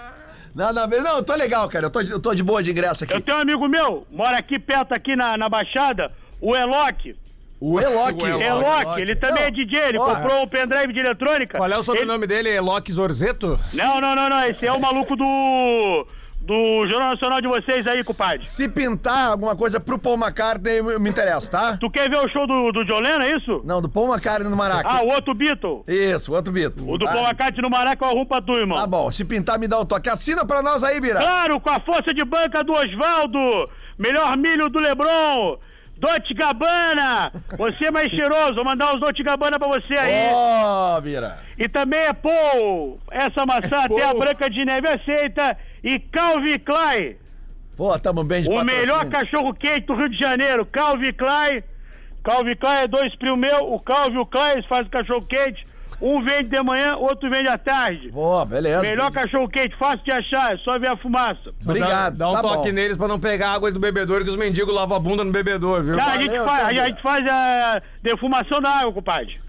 Speaker 2: Não, não, não, eu tô legal, cara. Eu tô, de- eu tô de boa de ingresso aqui.
Speaker 16: Eu tenho um amigo meu, mora aqui perto, aqui na, na Baixada, o Eloque.
Speaker 2: Ah, O Eloque.
Speaker 16: Eloque, ele também é DJ, ele comprou um pendrive de eletrônica.
Speaker 5: Qual é o
Speaker 16: Ele-
Speaker 5: sobrenome dele? É Locke Zorzeto?
Speaker 16: Não, não, não, não, esse é o maluco do... do Jornal Nacional de vocês aí, compadre.
Speaker 2: Se pintar alguma coisa pro Paul McCartney, eu me interessa, tá?
Speaker 16: Tu quer ver o show do, do John Lennon, é isso?
Speaker 2: Não, do Paul McCartney no Maraca.
Speaker 16: Ah, o outro Beatle.
Speaker 2: Isso, o outro Bito.
Speaker 16: O do Paul McCartney no Maraca eu arrumo pra tu, irmão.
Speaker 2: Tá bom, se pintar me dá o toque. Assina pra nós aí, Bira.
Speaker 16: Claro, com a força de banca do Osvaldo, melhor milho do Lebron, Dolce Gabbana, você é mais cheiroso, vou mandar os Dolce Gabbana pra você aí.
Speaker 2: Ó, Bira.
Speaker 16: E também é Paul, essa maçã até a Branca de Neve aceita, e Calvin Klein,
Speaker 2: Pô, tamo bem de
Speaker 16: o
Speaker 2: patrocínio.
Speaker 16: melhor cachorro quente do Rio de Janeiro, Calvin Klein, Calvin Klein é dois primos meus, o Calvin e o Klein eles fazem cachorro quente, um vende de manhã, outro vende à tarde.
Speaker 2: Pô, beleza.
Speaker 16: Melhor cachorro quente, fácil de achar, é só ver a fumaça.
Speaker 5: Dá,
Speaker 2: tá
Speaker 5: dá um toque neles pra não pegar água do bebedouro, que os mendigos lavam a bunda no bebedouro, viu?
Speaker 16: Tá, a, gente faz, a gente faz a defumação da água, compadre.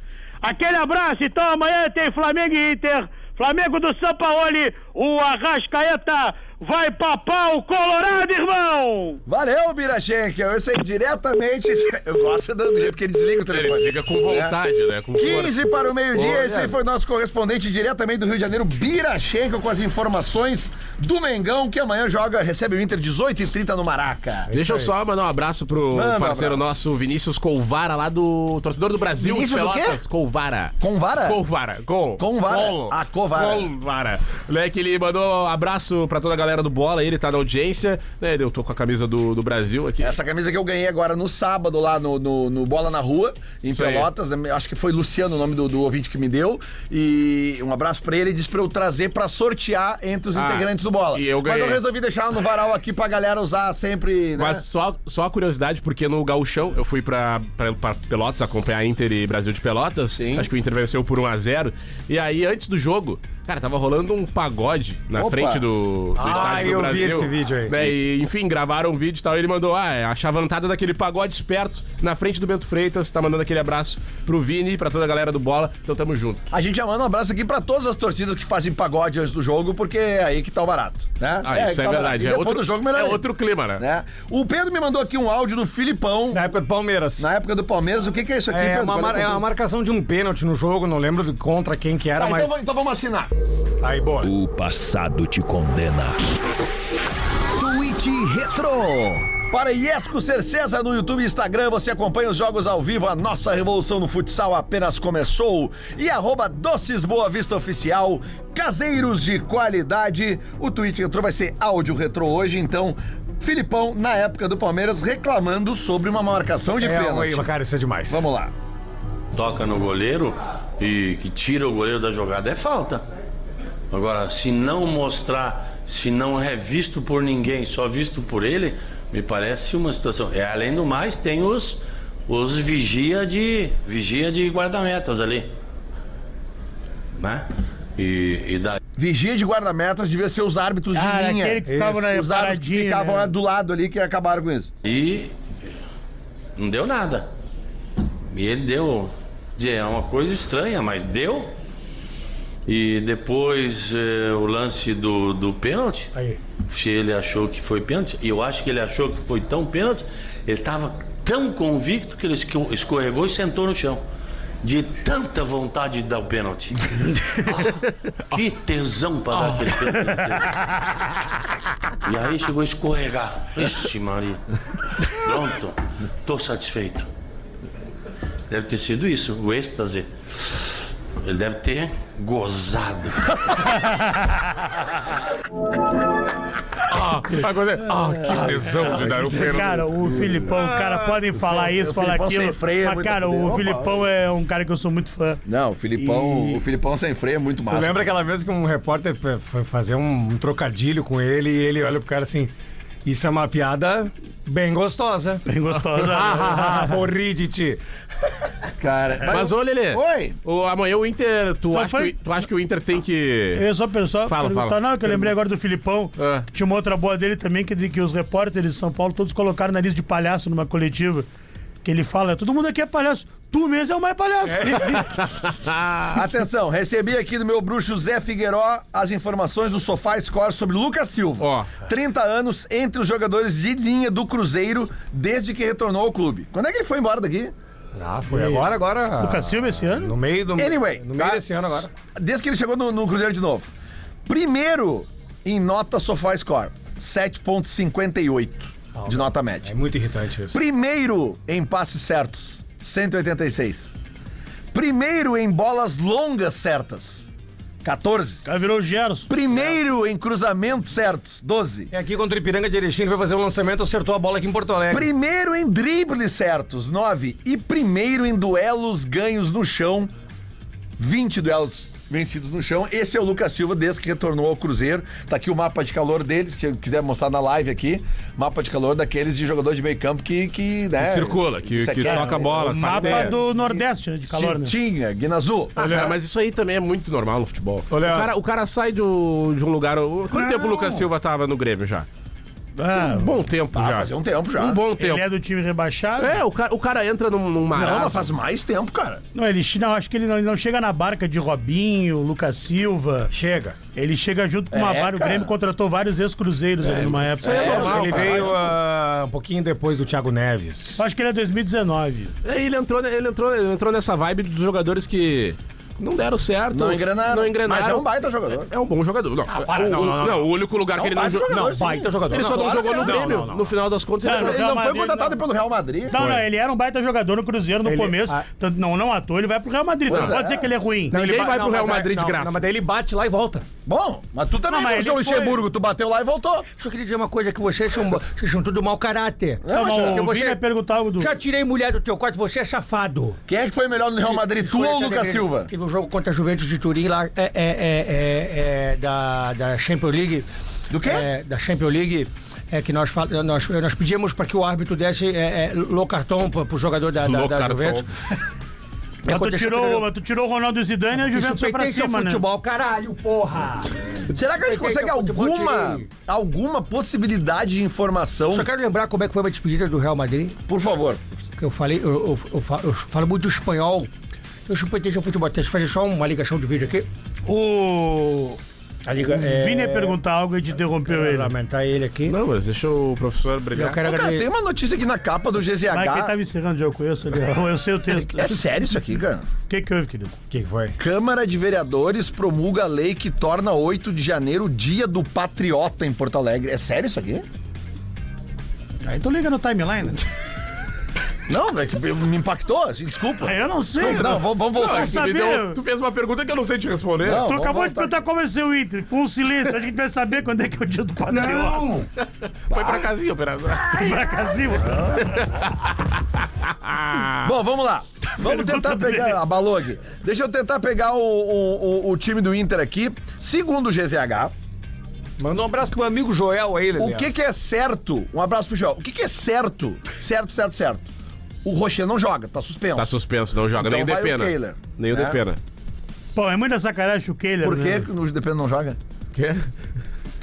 Speaker 16: Aquele abraço, então amanhã tem Flamengo e Inter. Flamengo do São Paulo, o Arrascaeta vai papar o Colorado, irmão!
Speaker 2: Valeu, Bira Schenkel. Eu sei diretamente. Eu gosto do jeito que ele desliga o telefone.
Speaker 4: Ele liga com vontade, né? Com
Speaker 2: 15
Speaker 4: força.
Speaker 2: para o meio-dia,
Speaker 4: Boa,
Speaker 2: esse aí
Speaker 4: né?
Speaker 2: foi o nosso correspondente diretamente do Rio de Janeiro, Bira Schenkel, com as informações do Mengão, que amanhã joga, recebe o Inter 18h30 no Maraca.
Speaker 4: Deixa eu só mandar um abraço pro
Speaker 2: Manda um
Speaker 4: parceiro
Speaker 2: abraço.
Speaker 4: nosso, Vinícius Colvara, lá do Torcedor do Brasil
Speaker 2: Vinícius
Speaker 4: de
Speaker 2: o quê?
Speaker 4: Pelotas. Colvara.
Speaker 2: Convara?
Speaker 4: Colvara. Gol.
Speaker 2: Convara?
Speaker 4: Gol.
Speaker 2: Ah, Covara.
Speaker 4: Colvara. Né, que ele mandou abraço pra toda a galera do Bola, ele tá na audiência. Né, eu tô com a camisa do, do Brasil aqui.
Speaker 2: Essa camisa que eu ganhei agora no sábado lá no, no, no Bola na Rua, em
Speaker 4: Isso aí.
Speaker 2: Pelotas. né, Acho que foi Luciano o nome do, do ouvinte que me deu. E um abraço pra ele. Ele disse pra eu trazer pra sortear entre os
Speaker 4: Ah,
Speaker 2: integrantes do Bola.
Speaker 4: e eu
Speaker 2: Mas eu
Speaker 4: ganhei.
Speaker 2: resolvi deixar ela no varal aqui pra galera usar sempre, né?
Speaker 4: Mas só, só a curiosidade, porque no Gauchão eu fui pra, pra, pra Pelotas acompanhar Inter e Brasil de Pelotas. Acho que o Inter venceu por 1x0. E aí, antes do jogo, cara, tava rolando um pagode na
Speaker 5: Opa.
Speaker 4: frente do, do
Speaker 5: Ah,
Speaker 4: estádio
Speaker 5: eu
Speaker 4: do
Speaker 5: vi
Speaker 4: Brasil.
Speaker 5: esse vídeo aí.
Speaker 4: Né, e, enfim, gravaram um vídeo e tal. E ele mandou, ah, é a chavantada daquele pagode esperto na frente do Bento Freitas. Tá mandando aquele abraço pro Vini e pra toda a galera do Bola. Então tamo junto.
Speaker 2: A gente já manda um abraço aqui pra todas as torcidas que fazem pagode antes do jogo, porque é aí que tá o barato, né?
Speaker 4: Ah,
Speaker 2: aí
Speaker 4: isso
Speaker 2: que
Speaker 4: é
Speaker 2: tá o barato.
Speaker 4: verdade.
Speaker 2: E
Speaker 4: É
Speaker 2: depois
Speaker 4: outro-
Speaker 2: do jogo, melhor
Speaker 4: é
Speaker 2: ainda.
Speaker 4: outro clima, né?
Speaker 2: O Pedro me mandou aqui um áudio do Filipão. Na
Speaker 5: época do Palmeiras.
Speaker 2: Na época do Palmeiras, o que, que é isso aqui,
Speaker 5: Né? É
Speaker 2: Pedro?
Speaker 5: uma, mar- é uma marcação de um pênalti no jogo, não lembro de contra quem que era,
Speaker 2: Tá,
Speaker 5: mas.
Speaker 2: então, vamos- então vamos assinar.
Speaker 5: Aí, bora.
Speaker 1: O passado te condena.
Speaker 8: Tweet
Speaker 2: Noite Retro. Para Iesco Cercesa no YouTube e Instagram, você acompanha os jogos ao vivo. A nossa revolução no futsal apenas começou. E arroba Doces Boa Vista Oficial, caseiros de qualidade. O tweet retrô vai ser áudio retrô hoje, então. Filipão, na época do Palmeiras, reclamando sobre uma marcação de
Speaker 5: É,
Speaker 2: pênalti.
Speaker 5: aí, cara, isso é demais.
Speaker 2: Vamos lá.
Speaker 17: toca no goleiro e que tira o goleiro da jogada é falta. Agora, se não mostrar, se não é visto por ninguém, só visto por ele, me parece uma situação. E, além do mais, tem os, os vigia de vigia de guardametas ali, né? E, e daí
Speaker 2: Vigia de guarda-metas devia ser os árbitros
Speaker 17: Ah,
Speaker 2: de linha.
Speaker 17: aquele que ficava na
Speaker 2: Os árbitros que
Speaker 17: paradinha,
Speaker 2: ficavam
Speaker 17: né?
Speaker 2: lá do lado ali que acabaram com isso.
Speaker 17: E não deu nada. E ele deu. É uma coisa estranha, mas deu. E depois eh, o lance do, do pênalti. Se ele achou que foi pênalti, e eu acho que ele achou que foi tão pênalti, ele estava tão convicto que ele esco- escorregou e sentou no chão. De tanta vontade de dar o pênalti. Ah, que tesão para dar aquele pênalti. E aí chegou a escorregar. Ixi, Maria. Pronto, tô satisfeito. Deve ter sido isso, o êxtase. Ele deve ter gozado.
Speaker 4: Ah, agora, ah que tesão de dar o pênalti.
Speaker 3: Cara, o Filipão, cara,
Speaker 4: Ah,
Speaker 3: podem falar
Speaker 4: Fili-
Speaker 3: isso,
Speaker 4: o
Speaker 3: falar
Speaker 4: Filipão
Speaker 3: aquilo.
Speaker 4: sem freio é
Speaker 3: mas,
Speaker 4: muito
Speaker 3: cara,
Speaker 4: fudeu.
Speaker 3: o
Speaker 4: Opa,
Speaker 3: Filipão é um cara que eu sou muito fã.
Speaker 2: Não, o Filipão,
Speaker 3: E-
Speaker 2: o Filipão sem freio é muito
Speaker 5: Tu
Speaker 2: massa.
Speaker 5: lembra aquela vez que um repórter p- foi fazer um, um trocadilho com ele e ele olha pro cara assim: Isso é uma piada bem gostosa. Bem
Speaker 3: gostosa.
Speaker 5: Vou rir de ti.
Speaker 2: Cara,
Speaker 4: Mas, ô Lelê,
Speaker 2: Oi?
Speaker 4: O, amanhã é o Inter. Tu
Speaker 3: Mas
Speaker 4: acha,
Speaker 3: foi-
Speaker 4: que, o- tu acha que o Inter tem que.
Speaker 3: Eu só pessoal
Speaker 4: Fala,
Speaker 3: perguntar,
Speaker 4: fala. Ah.
Speaker 3: não, que eu lembrei agora do Filipão. Tinha uma outra boa dele também, que, de que os repórteres de São Paulo todos colocaram nariz de palhaço numa coletiva. Que ele fala, todo mundo aqui é palhaço. Tu mesmo é o mais palhaço.
Speaker 2: Atenção, recebi aqui do meu bruxo Zé Figueiró as informações do Sofá Score sobre Lucas Silva. 30 anos entre os jogadores de linha do Cruzeiro desde que retornou ao clube. Quando é que ele foi embora daqui?
Speaker 5: Ah, foi agora, agora.
Speaker 2: Lucas
Speaker 3: Silva assim, esse ano?
Speaker 5: No meio do.
Speaker 2: Anyway, tá.
Speaker 5: No meio desse ano agora.
Speaker 2: Desde que ele chegou no, no Cruzeiro de novo. Primeiro em nota Sofá Score, 7.58 de nota média.
Speaker 5: É muito irritante isso.
Speaker 2: Primeiro em passes certos, 186. Primeiro em bolas longas certas, 14.
Speaker 3: Cara, virou Gerson.
Speaker 2: Primeiro em cruzamentos certos, 12.
Speaker 5: É aqui contra o Ipiranga de Erechim, ele vai fazer um lançamento, acertou a bola aqui em Porto Alegre.
Speaker 2: Primeiro em dribles certos, 9. E primeiro em duelos ganhos no chão, 20 duelos vencidos no chão. Esse é o Lucas Silva desde que retornou ao Cruzeiro. Tá aqui o mapa de calor deles, se eu quiser mostrar na live aqui. Mapa de calor daqueles de jogador de meio campo que... Que, né,
Speaker 4: circula, que-
Speaker 2: isso
Speaker 4: que
Speaker 2: aqui é-
Speaker 4: toca a bola,
Speaker 2: o
Speaker 4: faz
Speaker 2: mapa
Speaker 4: ideia.
Speaker 2: do-
Speaker 3: do Nordeste, né, de calor, né?
Speaker 2: Tinha, Guinazu.
Speaker 4: Ah, cara, mas isso aí também é muito normal no futebol.
Speaker 3: Olha-
Speaker 4: O, cara, o cara sai do- de um lugar. o- Quanto tempo o Lucas Silva tava no Grêmio já?
Speaker 2: Ah.
Speaker 4: um bom tempo já.
Speaker 2: fazia um tempo já.
Speaker 4: Um bom
Speaker 3: ele
Speaker 4: tempo.
Speaker 3: é do time rebaixado.
Speaker 4: É, o cara, o cara entra num, num marasmo.
Speaker 2: mas faz mais tempo, cara.
Speaker 3: Não, ele não, acho que ele não, ele não chega na barca de Robinho, Lucas Silva.
Speaker 5: Chega.
Speaker 3: Ele chega junto com uma
Speaker 5: É,
Speaker 3: barca. O
Speaker 5: cara.
Speaker 3: Grêmio contratou vários ex-cruzeiros ali numa época.
Speaker 5: ele é veio ah, um pouquinho depois do Thiago Neves.
Speaker 3: Acho que ele é 2019.
Speaker 4: É, Ele entrou, ne- ele, entrou, ele entrou nessa vibe dos jogadores que não deram certo.
Speaker 2: Não engrenaram.
Speaker 4: Não engrenaram.
Speaker 2: Mas é um baita jogador.
Speaker 4: É, é um bom jogador. Não,
Speaker 2: Ah, para,
Speaker 4: o,
Speaker 2: não,
Speaker 4: o-
Speaker 2: não, não.
Speaker 4: não, o único lugar
Speaker 2: É um
Speaker 4: que ele não
Speaker 2: baita
Speaker 4: jogou.
Speaker 2: jogador,
Speaker 4: Não,
Speaker 2: sim.
Speaker 4: baita jogador. Ele só
Speaker 2: Não,
Speaker 4: não
Speaker 2: claro
Speaker 4: jogou
Speaker 2: que
Speaker 4: no
Speaker 2: não,
Speaker 4: Grêmio.
Speaker 2: não, não.
Speaker 4: No final das contas,
Speaker 3: Ah, Não, no
Speaker 2: Ele
Speaker 3: Real
Speaker 2: não foi
Speaker 3: Madrid,
Speaker 2: contratado
Speaker 3: não.
Speaker 2: pelo Real Madrid.
Speaker 3: Não, não, ele era um baita jogador no Cruzeiro no
Speaker 5: Ele-
Speaker 3: começo.
Speaker 5: ah.
Speaker 3: Tanto não, não à toa, ele vai pro Real Madrid. Não
Speaker 5: Pois
Speaker 3: pode
Speaker 5: é.
Speaker 3: dizer que ele é ruim.
Speaker 5: Não, ele Ninguém ba- vai pro não, Real mas é- Madrid de não, graça. não, mas daí ele bate lá e volta.
Speaker 2: Bom, mas tu também
Speaker 5: Não, mas
Speaker 2: foi o seu
Speaker 5: ele foi-
Speaker 2: Luxemburgo, tu bateu lá e voltou.
Speaker 5: Só queria dizer uma coisa, que vocês são, vocês são tudo mau caráter.
Speaker 2: Não, mas
Speaker 5: Porque
Speaker 2: o Vini ia
Speaker 3: perguntar algo do...
Speaker 5: Já tirei mulher do teu quarto, você é safado.
Speaker 2: Quem é que foi melhor no Real Madrid, tu
Speaker 5: Escolha
Speaker 2: ou o
Speaker 5: essa
Speaker 2: Lucas
Speaker 5: alegria.
Speaker 2: Silva?
Speaker 5: Teve um jogo contra a Juventus de Turim lá, é, é, é, é, é, da, da Champions League.
Speaker 2: Do quê?
Speaker 5: da Champions League. É que nós, fal- nós, nós pedimos para que o árbitro desse é, é, low cartão para o jogador da, da,
Speaker 3: Low
Speaker 5: da
Speaker 3: cartão.
Speaker 5: Juventus.
Speaker 3: Mas tu,
Speaker 5: Aconteceu
Speaker 3: tirou,
Speaker 5: pelo-
Speaker 3: mas tu tirou o Ronaldo Zidane e a Juventus foi pra
Speaker 5: Respeitei seu
Speaker 3: cima, né?
Speaker 5: futebol, caralho, porra!
Speaker 2: Será que a gente
Speaker 5: Quem que é
Speaker 2: consegue
Speaker 5: o futebol
Speaker 2: alguma,
Speaker 5: de-
Speaker 2: alguma possibilidade de informação?
Speaker 5: Só quero lembrar como é que foi a despedida do Real Madrid.
Speaker 2: Por favor.
Speaker 5: Que eu falei, eu, eu, eu fa- eu falo muito do espanhol. Eu chupetei seu futebol. Deixa eu fazer só uma ligação de vídeo aqui.
Speaker 3: O.
Speaker 5: A liga, é,
Speaker 3: O Vini ia perguntar algo e te interrompeu ele.
Speaker 5: Lamentar Um ele aqui.
Speaker 4: Não, mas deixa o professor brilhar.
Speaker 3: Eu quero
Speaker 2: Ô, cara,
Speaker 5: um-
Speaker 3: agradecer-
Speaker 2: tem uma notícia aqui na capa do GZH.
Speaker 3: Mas quem tá me encerrando já eu conheço ali. ó. Eu sei o texto.
Speaker 2: É sério isso aqui, cara?
Speaker 3: O que, que houve, querido? O
Speaker 5: que, foi?
Speaker 2: Câmara de Vereadores promulga a lei que torna 8 de janeiro o dia do patriota em Porto Alegre. É sério isso aqui?
Speaker 3: Aí tu liga no timeline.
Speaker 2: Não, é que me impactou, assim, desculpa.
Speaker 3: Eu não sei.
Speaker 2: Desculpa, não, vamos, vamos voltar.
Speaker 3: Não,
Speaker 2: aqui.
Speaker 3: sabia.
Speaker 4: Tu fez uma pergunta que eu não sei te responder.
Speaker 3: tu acabou de perguntar como é seu item. Foi um silêncio. A gente vai saber quando é que é o dia do patriota.
Speaker 4: Não. Foi pra casinha, operador.
Speaker 3: pra casinha.
Speaker 2: Bom, vamos lá. Vamos tentar pegar a Balog. Deixa eu tentar pegar o, o, o- o time do Inter aqui. Segundo o GZH.
Speaker 5: Mandou um abraço pro meu amigo Joel aí, Lelê.
Speaker 2: O que, que é certo? Um abraço pro Joel. O que, que é certo? Certo, certo, certo. O Rocher não joga, tá suspenso.
Speaker 4: Tá suspenso, não joga.
Speaker 2: Então
Speaker 4: Nem o
Speaker 2: vai o
Speaker 4: Depena.
Speaker 2: Kehler,
Speaker 4: Nem o
Speaker 2: né?
Speaker 4: Depena.
Speaker 3: Pô, é muita sacanagem o Kehler.
Speaker 2: Por que
Speaker 3: né?
Speaker 2: que o Depena não joga?
Speaker 4: Quê?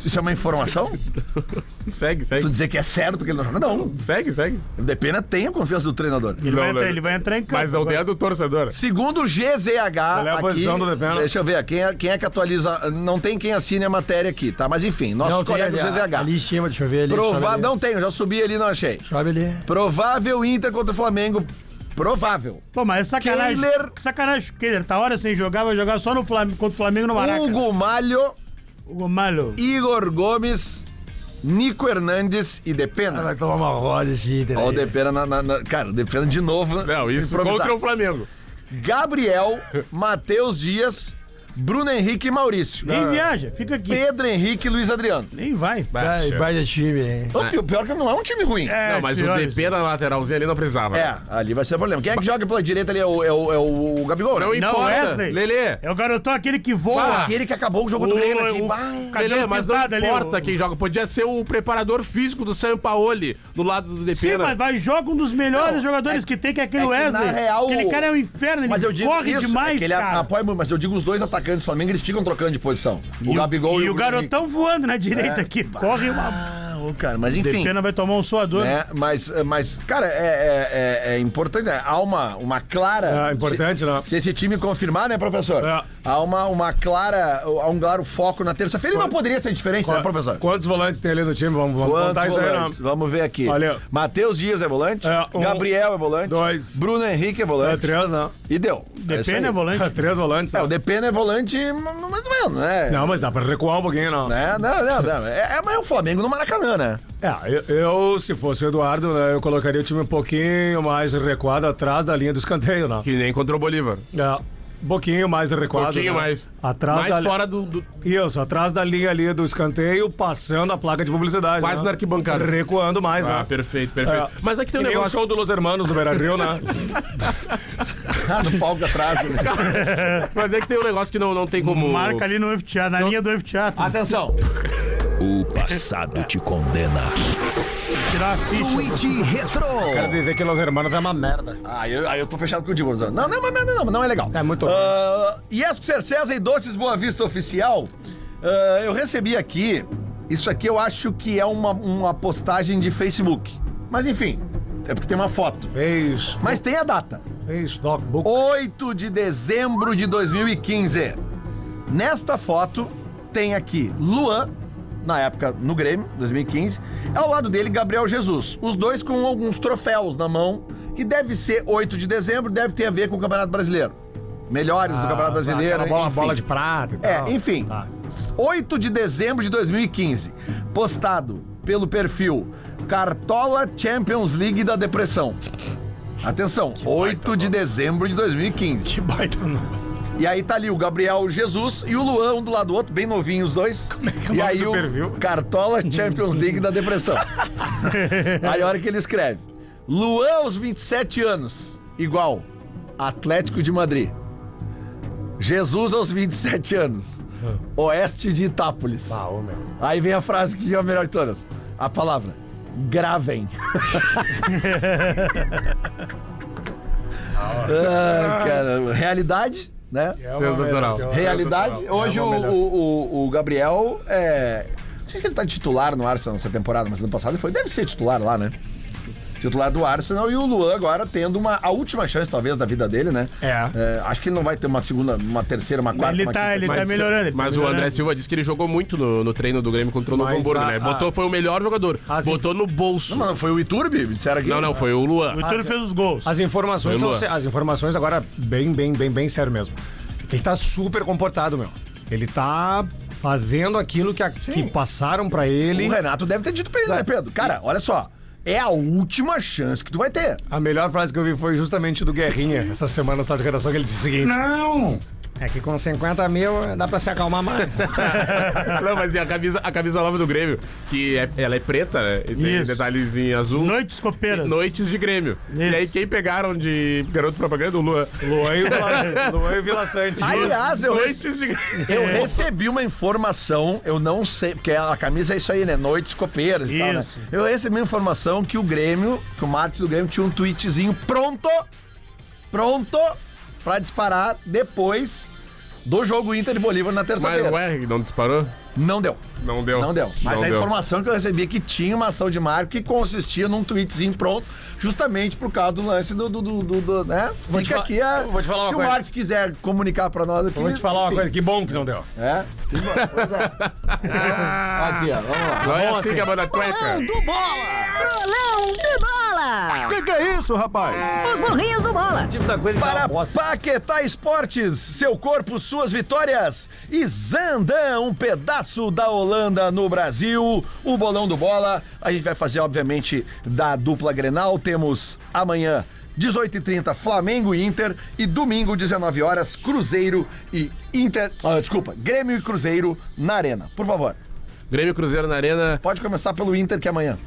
Speaker 2: Isso é uma informação?
Speaker 4: segue, segue.
Speaker 2: Tu dizer que é certo que ele não joga? Não.
Speaker 4: Segue, segue.
Speaker 2: O Depena tem a confiança do treinador.
Speaker 3: Ele, vai entrar, ele vai entrar em campo.
Speaker 4: Mas não tem a do torcedor.
Speaker 2: Segundo o GZH,
Speaker 4: é a
Speaker 2: aqui,
Speaker 4: posição do Depena?
Speaker 2: deixa eu ver, quem é, quem é que atualiza? Não tem quem assine a matéria aqui, tá? Mas enfim, nossos
Speaker 18: Não, tem
Speaker 2: colegas do
Speaker 18: ali,
Speaker 2: GZH.
Speaker 18: Ali em cima, deixa eu ver ali. sobe
Speaker 2: Provável,
Speaker 18: ali.
Speaker 2: não tenho, já subi ali, não achei.
Speaker 18: Sobe ali.
Speaker 2: Provável Inter contra o Flamengo. Provável.
Speaker 3: Pô, mas é sacanagem.
Speaker 2: Kehler.
Speaker 3: Que Sacanagem. O Kehler tá hora sem jogar, vai jogar só no Flamengo, contra o Flamengo no Maraca.
Speaker 2: Hugo Malho.
Speaker 3: Hugo Malho.
Speaker 2: Igor Gomes. Nico Hernandes e Depena.
Speaker 3: Ah,
Speaker 2: Vai tomar uma roda esse
Speaker 3: é.
Speaker 2: líder. Ó, o Depena na, na- na- Cara, o Depena de novo.
Speaker 4: Não, isso
Speaker 2: improvisado.
Speaker 4: contra o Flamengo.
Speaker 2: Gabriel, Matheus Dias, Bruno Henrique e Maurício.
Speaker 3: Nem viaja, fica aqui.
Speaker 2: Pedro Henrique e Luiz Adriano.
Speaker 3: Nem vai.
Speaker 18: Vai, vai de time, hein?
Speaker 2: Ô, pior- pior que não é um time ruim.
Speaker 4: não, mas o é DP na lateralzinha ali não precisava.
Speaker 2: É, ali vai ser problema. Quem é que joga pela direita ali é o, é o, é o- o Gabigol? né?
Speaker 4: Não importa. Lelê.
Speaker 3: É o garotão aquele que voa.
Speaker 2: Ah, aquele que acabou o jogo do
Speaker 3: O-
Speaker 2: Grêmio aqui.
Speaker 3: o-
Speaker 2: bah.
Speaker 4: Lelê, mas não
Speaker 3: pintado ali,
Speaker 4: importa
Speaker 3: o-
Speaker 4: quem joga. Podia ser o preparador físico do Sampaoli no lado do DP.
Speaker 3: Sim, mas vai, joga um dos melhores jogadores que tem, que é aquele
Speaker 2: é que, na
Speaker 3: Wesley.
Speaker 2: real,
Speaker 3: aquele cara é um inferno, ele
Speaker 2: Mas eu digo
Speaker 3: corre
Speaker 2: isso, é
Speaker 3: demais,
Speaker 2: que ele
Speaker 3: cara.
Speaker 2: apoia muito, mas eu digo os dois atacantes do Flamengo, eles ficam trocando de posição. O Gabigol
Speaker 3: e o garotão voando na
Speaker 2: É.
Speaker 3: direita aqui. Corre uma.
Speaker 2: o cara, mas enfim.
Speaker 3: Depena vai tomar um suador.
Speaker 2: né? Mas, mas, cara, é, é- é- é importante. né? Há uma, uma clara.
Speaker 5: É, importante,
Speaker 2: se,
Speaker 5: É. né?
Speaker 2: Se esse time confirmar, né, professor? Há uma, uma clara. Há um claro foco na terça-feira. E não poderia ser diferente,
Speaker 5: É,
Speaker 2: né, professor?
Speaker 5: Quantos volantes tem ali no time? Vamos, vamos
Speaker 2: Quantos
Speaker 5: contar isso aí,
Speaker 2: volantes?
Speaker 5: não.
Speaker 2: Vamos ver aqui.
Speaker 5: Olha.
Speaker 2: Matheus Dias é volante.
Speaker 5: É, um,
Speaker 2: Gabriel é volante.
Speaker 5: dois.
Speaker 2: Bruno Henrique é volante.
Speaker 5: É, três, não.
Speaker 2: E deu. isso aí.
Speaker 5: Depena é volante? Três volantes.
Speaker 2: É, o Depena é volante, mais ou menos, né?
Speaker 5: Não, mas dá pra recuar um pouquinho, não.
Speaker 2: Né? Não, não, não. É, é, mas é o Flamengo no Maracanã, né?
Speaker 5: É, eu, eu, se fosse o Eduardo, né, eu colocaria o time um pouquinho mais recuado atrás da linha do escanteio, né?
Speaker 4: Que nem contra o Bolívar.
Speaker 5: É, um pouquinho mais recuado.
Speaker 4: Pouquinho
Speaker 5: né?
Speaker 4: mais.
Speaker 5: Atrás
Speaker 4: Mais
Speaker 5: da li-
Speaker 4: fora do- do,
Speaker 5: Isso, atrás da linha ali do escanteio, passando a placa de publicidade.
Speaker 4: Quase
Speaker 5: né?
Speaker 4: na arquibancada.
Speaker 5: Recuando mais,
Speaker 4: Ah,
Speaker 5: né?
Speaker 4: perfeito, perfeito.
Speaker 5: É.
Speaker 4: Mas aqui tem um
Speaker 5: Que nem
Speaker 4: negócio.
Speaker 5: o show do Los Hermanos do Beira-Rio, né?
Speaker 2: no palco atrás, né?
Speaker 4: Mas é que tem um negócio que não, não tem como.
Speaker 3: Marca ali no FTA, na linha do FTA.
Speaker 2: Atenção.
Speaker 1: O passado te condena.
Speaker 3: Tirar a ficha.
Speaker 8: Tweet Retro.
Speaker 5: Quero dizer que Los Hermanos é uma merda.
Speaker 2: Aí eu, aí eu tô fechado com o Dimas. Não, não é uma merda, não, mas não é legal. É muito E Yes, Ser César e Doces Boa Vista Oficial. Ah, eu recebi aqui. Isso aqui eu acho que é uma, uma postagem de Facebook. Mas enfim, é porque tem uma foto.
Speaker 5: Isso.
Speaker 2: Mas tem a data.
Speaker 5: Isso, Docbook.
Speaker 2: 8 de dezembro de 2015. Nesta foto tem aqui Luan, na época no Grêmio, 2015. Ao lado dele, Gabriel Jesus. Os dois com alguns troféus na mão, que deve ser 8 de dezembro, deve ter a ver com o Campeonato Brasileiro. Melhores do Campeonato Brasileiro.
Speaker 5: Ah, tá. aquela bola,
Speaker 2: enfim.
Speaker 5: bola de prata e tal. Tá.
Speaker 2: É, enfim. 8 de dezembro de 2015. Postado pelo perfil Cartola Champions League da Depressão. Atenção, 8 de dezembro de 2015. Que
Speaker 5: baita nome.
Speaker 2: E aí tá ali o Gabriel Jesus e o Luan um do lado do outro, bem novinhos os dois. Como é que
Speaker 5: é o
Speaker 2: e
Speaker 5: nome
Speaker 2: aí
Speaker 5: do
Speaker 2: o
Speaker 5: perfil?
Speaker 2: Cartola Champions League da Depressão. aí a hora que ele escreve: Luan aos 27 anos, igual Atlético de Madrid. Jesus aos 27 anos, oeste de Itápolis.
Speaker 5: Ah, ô, meu.
Speaker 2: Aí vem a frase que é a melhor de todas. A palavra. Gravem. ah, cara, realidade, né?
Speaker 4: Sensacional.
Speaker 2: Realidade. Hoje o, o, o- o Gabriel é. Não sei se ele tá de titular no Arsenal nessa temporada, mas ano passado ele foi. Deve ser titular lá, né? Titular do Arsenal e o Luan agora tendo uma, a última chance, talvez, da vida dele, né? É. Acho que ele não vai ter uma segunda, uma terceira, uma quarta. uma quinta chance.
Speaker 4: Mas- mas o André Silva disse que ele jogou muito no, no treino do Grêmio contra o Novo
Speaker 2: Mas
Speaker 4: Hamburgo,
Speaker 2: a-
Speaker 4: né? Botou,
Speaker 2: a-
Speaker 4: foi o melhor jogador. Botou no bolso.
Speaker 2: Não, não, foi o Iturbe? Disseram que.
Speaker 4: Não, não, foi o Luan.
Speaker 3: os gols.
Speaker 5: As informações,
Speaker 4: Foi
Speaker 5: são,
Speaker 4: Luan.
Speaker 5: sé- as informações agora, bem, bem, bem, bem sério mesmo. Ele tá super comportado, meu. Ele tá fazendo aquilo que, a- que passaram pra ele.
Speaker 2: O Renato deve ter dito pra ele, né, Pedro? Cara, olha só. é a última chance que tu vai ter.
Speaker 5: A melhor frase que eu vi foi justamente do Guerrinha, essa semana só de redação, que ele disse o seguinte:
Speaker 4: Não!
Speaker 5: É que com 50 mil dá pra se acalmar mais.
Speaker 4: Não, mas e a camisa, a camisa nova do Grêmio, que é- ela é preta, né? E tem
Speaker 3: Isso.
Speaker 4: detalhezinho em azul.
Speaker 3: Noites copeiras.
Speaker 4: Noites de Grêmio. E aí quem pegaram de garoto propaganda? O Luan.
Speaker 5: Luan
Speaker 2: e o Vila- Luan e o Vila
Speaker 5: Sante.
Speaker 2: Aliás, eu,
Speaker 4: Noites
Speaker 2: rece-
Speaker 4: de
Speaker 2: eu recebi uma informação, eu não sei, porque a camisa é isso aí, né? Noites copeiras e tal, né?
Speaker 3: Isso.
Speaker 2: Eu recebi uma informação que o Grêmio, que o marketing do Grêmio tinha um tweetzinho pronto, pronto, pra disparar depois do jogo Inter e Bolívar na terça-feira.
Speaker 4: Mas o R não disparou?
Speaker 2: Não deu.
Speaker 4: Não deu.
Speaker 2: Não deu. Mas
Speaker 4: Não
Speaker 2: a
Speaker 4: deu.
Speaker 2: informação que eu recebi é que tinha uma ação de marketing que consistia num tweetzinho pronto, justamente por causa do lance do. do, do, do- do- né?
Speaker 5: Vou te
Speaker 2: Fica
Speaker 5: fa-
Speaker 2: aqui a.
Speaker 5: vou te falar uma
Speaker 2: se
Speaker 5: coisa.
Speaker 2: o marketing quiser comunicar pra nós aqui.
Speaker 5: Vou te falar uma
Speaker 2: enfim.
Speaker 5: coisa, que bom que não deu.
Speaker 2: É? Ah. Aqui, ó, vamos lá.
Speaker 4: Não é
Speaker 2: Bom,
Speaker 4: assim
Speaker 2: assim.
Speaker 4: que a banda cueca.
Speaker 19: Bolão de bola!
Speaker 2: que é isso, rapaz?
Speaker 19: Os burrinhos do bola!
Speaker 5: tipo é
Speaker 2: Para Paquetá Esportes, seu corpo, suas vitórias. E Zandan, um pedaço da Holanda no Brasil. O bolão do bola. A gente vai fazer, obviamente, da dupla Grenal. Temos amanhã. 18h30, Flamengo e Inter. E domingo, 19 horas, Cruzeiro e Inter. ah, desculpa, Grêmio e Cruzeiro na Arena. Por favor.
Speaker 4: Grêmio e Cruzeiro na Arena.
Speaker 2: Pode começar pelo Inter, que é amanhã.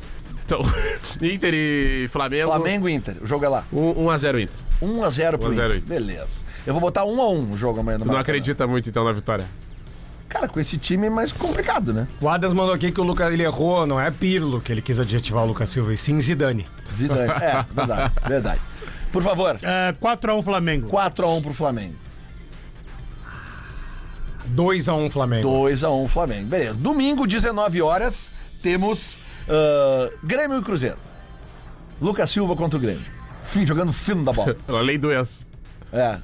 Speaker 4: Então, Inter e Flamengo.
Speaker 2: Flamengo e Inter. O jogo é lá.
Speaker 4: 1x0 Inter.
Speaker 2: 1x0 pro Inter.
Speaker 4: 1 a 0 Inter.
Speaker 2: Beleza. Eu vou botar 1x1 o jogo amanhã no
Speaker 4: Tu não
Speaker 2: Maracanã.
Speaker 4: acredita muito então na vitória?
Speaker 2: Cara, com esse time é mais complicado, né?
Speaker 5: O Adas mandou aqui que o Lucas ele errou, não é Pirlo que ele quis adjetivar o Lucas Silva, e sim Zidane.
Speaker 2: Zidane, é, verdade, verdade. Por favor.
Speaker 3: É, 4x1 Flamengo.
Speaker 2: 4x1 pro Flamengo.
Speaker 5: 2x1 Flamengo.
Speaker 2: 2x1 Flamengo. Beleza. Domingo, 19 horas, temos ah, Grêmio e Cruzeiro. Lucas Silva contra o Grêmio. Fim, jogando fino da bola.
Speaker 4: Além do ex.
Speaker 2: É.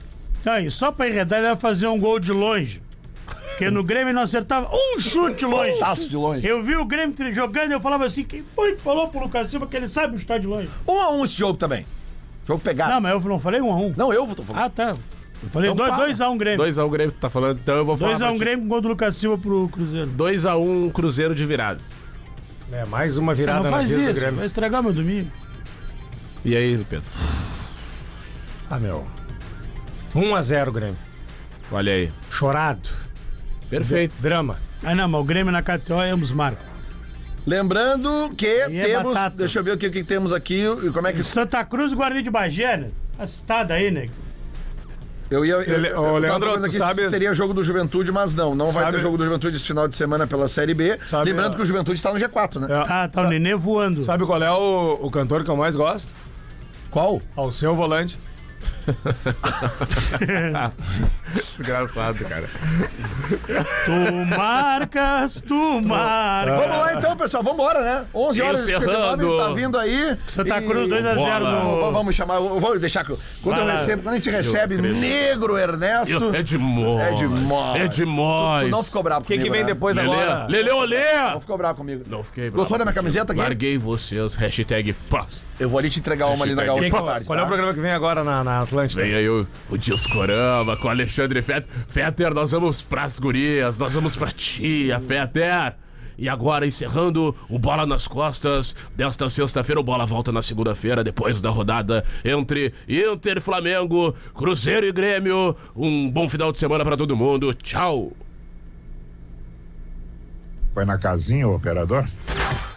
Speaker 3: Não, e só pra enredar, ele vai fazer um gol de longe. Porque no Grêmio não acertava um chute longe.
Speaker 5: Tá
Speaker 2: Taço de longe.
Speaker 3: Eu vi o Grêmio tre- jogando e eu falava assim: quem foi que falou pro Lucas Silva que ele sabe chutar de longe?
Speaker 2: 1x1 esse jogo também. Jogo pegado.
Speaker 5: Ah.
Speaker 3: Não, mas eu não falei 1x1.
Speaker 2: Não, eu tô falando.
Speaker 3: Ah, tá. Eu falei 2x1
Speaker 4: Então fala.
Speaker 3: Grêmio.
Speaker 4: 2x1 Grêmio, tu tá falando. Então
Speaker 5: um
Speaker 4: eu vou falar.
Speaker 3: 2x1 Grêmio com gol do Lucas Silva pro Cruzeiro.
Speaker 4: 2x1 Cruzeiro de virada.
Speaker 5: É, mais uma virada
Speaker 3: não
Speaker 5: na
Speaker 3: faz
Speaker 5: vida do
Speaker 3: isso,
Speaker 5: Grêmio.
Speaker 3: vai estragar meu domingo.
Speaker 4: E aí, Pedro?
Speaker 5: Ah, meu. 1x0 Grêmio.
Speaker 4: Olha aí.
Speaker 5: Chorado.
Speaker 4: Perfeito.
Speaker 5: Drama.
Speaker 3: Ah, não, mas o Grêmio na KTO é ambos marcam.
Speaker 2: Lembrando que
Speaker 3: é
Speaker 2: temos.
Speaker 3: batata.
Speaker 2: deixa eu ver o que, que temos aqui e como é que.
Speaker 3: Santa Cruz e Guarani de Bagé, né? Tá citado aí, né?
Speaker 2: Eu ia. Eu,
Speaker 5: Ele-
Speaker 2: eu
Speaker 5: ô,
Speaker 2: tava
Speaker 5: Leandro,
Speaker 2: procurando
Speaker 5: tu sabe
Speaker 2: se
Speaker 5: as-
Speaker 2: teria jogo do Juventude, mas não. Não vai
Speaker 5: Sabe-
Speaker 2: ter jogo do Juventude esse final de semana pela Série B.
Speaker 5: Sabe,
Speaker 2: Lembrando
Speaker 5: ó.
Speaker 2: que o Juventude está no G4, né?
Speaker 3: Ah, tá o Nenê voando.
Speaker 5: Sabe qual é o, o cantor que eu mais gosto?
Speaker 2: Qual?
Speaker 5: Ao seu volante.
Speaker 4: Desgraçado, cara.
Speaker 3: Tu marcas, tu
Speaker 5: Ah, É.
Speaker 3: marcas.
Speaker 2: Vamos lá então, pessoal. Vamos embora, né? 11 horas e 59,
Speaker 3: Encerrando.
Speaker 2: tá vindo aí.
Speaker 3: Santa
Speaker 2: E-
Speaker 3: Cruz 2 a 0 no-
Speaker 2: Vamos- Vamos chamar, eu vou deixar que eu- quando
Speaker 4: Vai
Speaker 2: eu
Speaker 4: lá.
Speaker 2: recebo, quando a gente
Speaker 4: Eu
Speaker 2: recebe
Speaker 4: acredito.
Speaker 2: negro Ernesto,
Speaker 4: Eu- É demais.
Speaker 2: É demais.
Speaker 4: É demais.
Speaker 2: Tu não ficou bravo
Speaker 4: O
Speaker 2: comigo, né?
Speaker 4: Lelê. Lelê, olê!
Speaker 2: Não ficou bravo comigo.
Speaker 4: Não fiquei bravo.
Speaker 2: Gostou da minha
Speaker 4: contigo.
Speaker 2: camiseta aqui?
Speaker 4: Larguei vocês. Hashtag paz.
Speaker 2: Eu vou ali te entregar uma ali na
Speaker 4: Hashtag
Speaker 2: gaúcha
Speaker 4: paz.
Speaker 2: à tarde, tá?
Speaker 5: Qual é o programa que vem agora na, na Atlântida?
Speaker 4: Vem aí o, o Discorama com o Alexandre Fetter. Fetter, nós vamos pras gurias, nós vamos pra tia, Fetter. E agora, encerrando o Bola nas Costas desta sexta-feira. O Bola volta na segunda-feira, depois da rodada entre Inter, Flamengo, Cruzeiro e Grêmio. Um bom final de semana pra todo mundo. Tchau!
Speaker 7: Foi na casinha, o operador?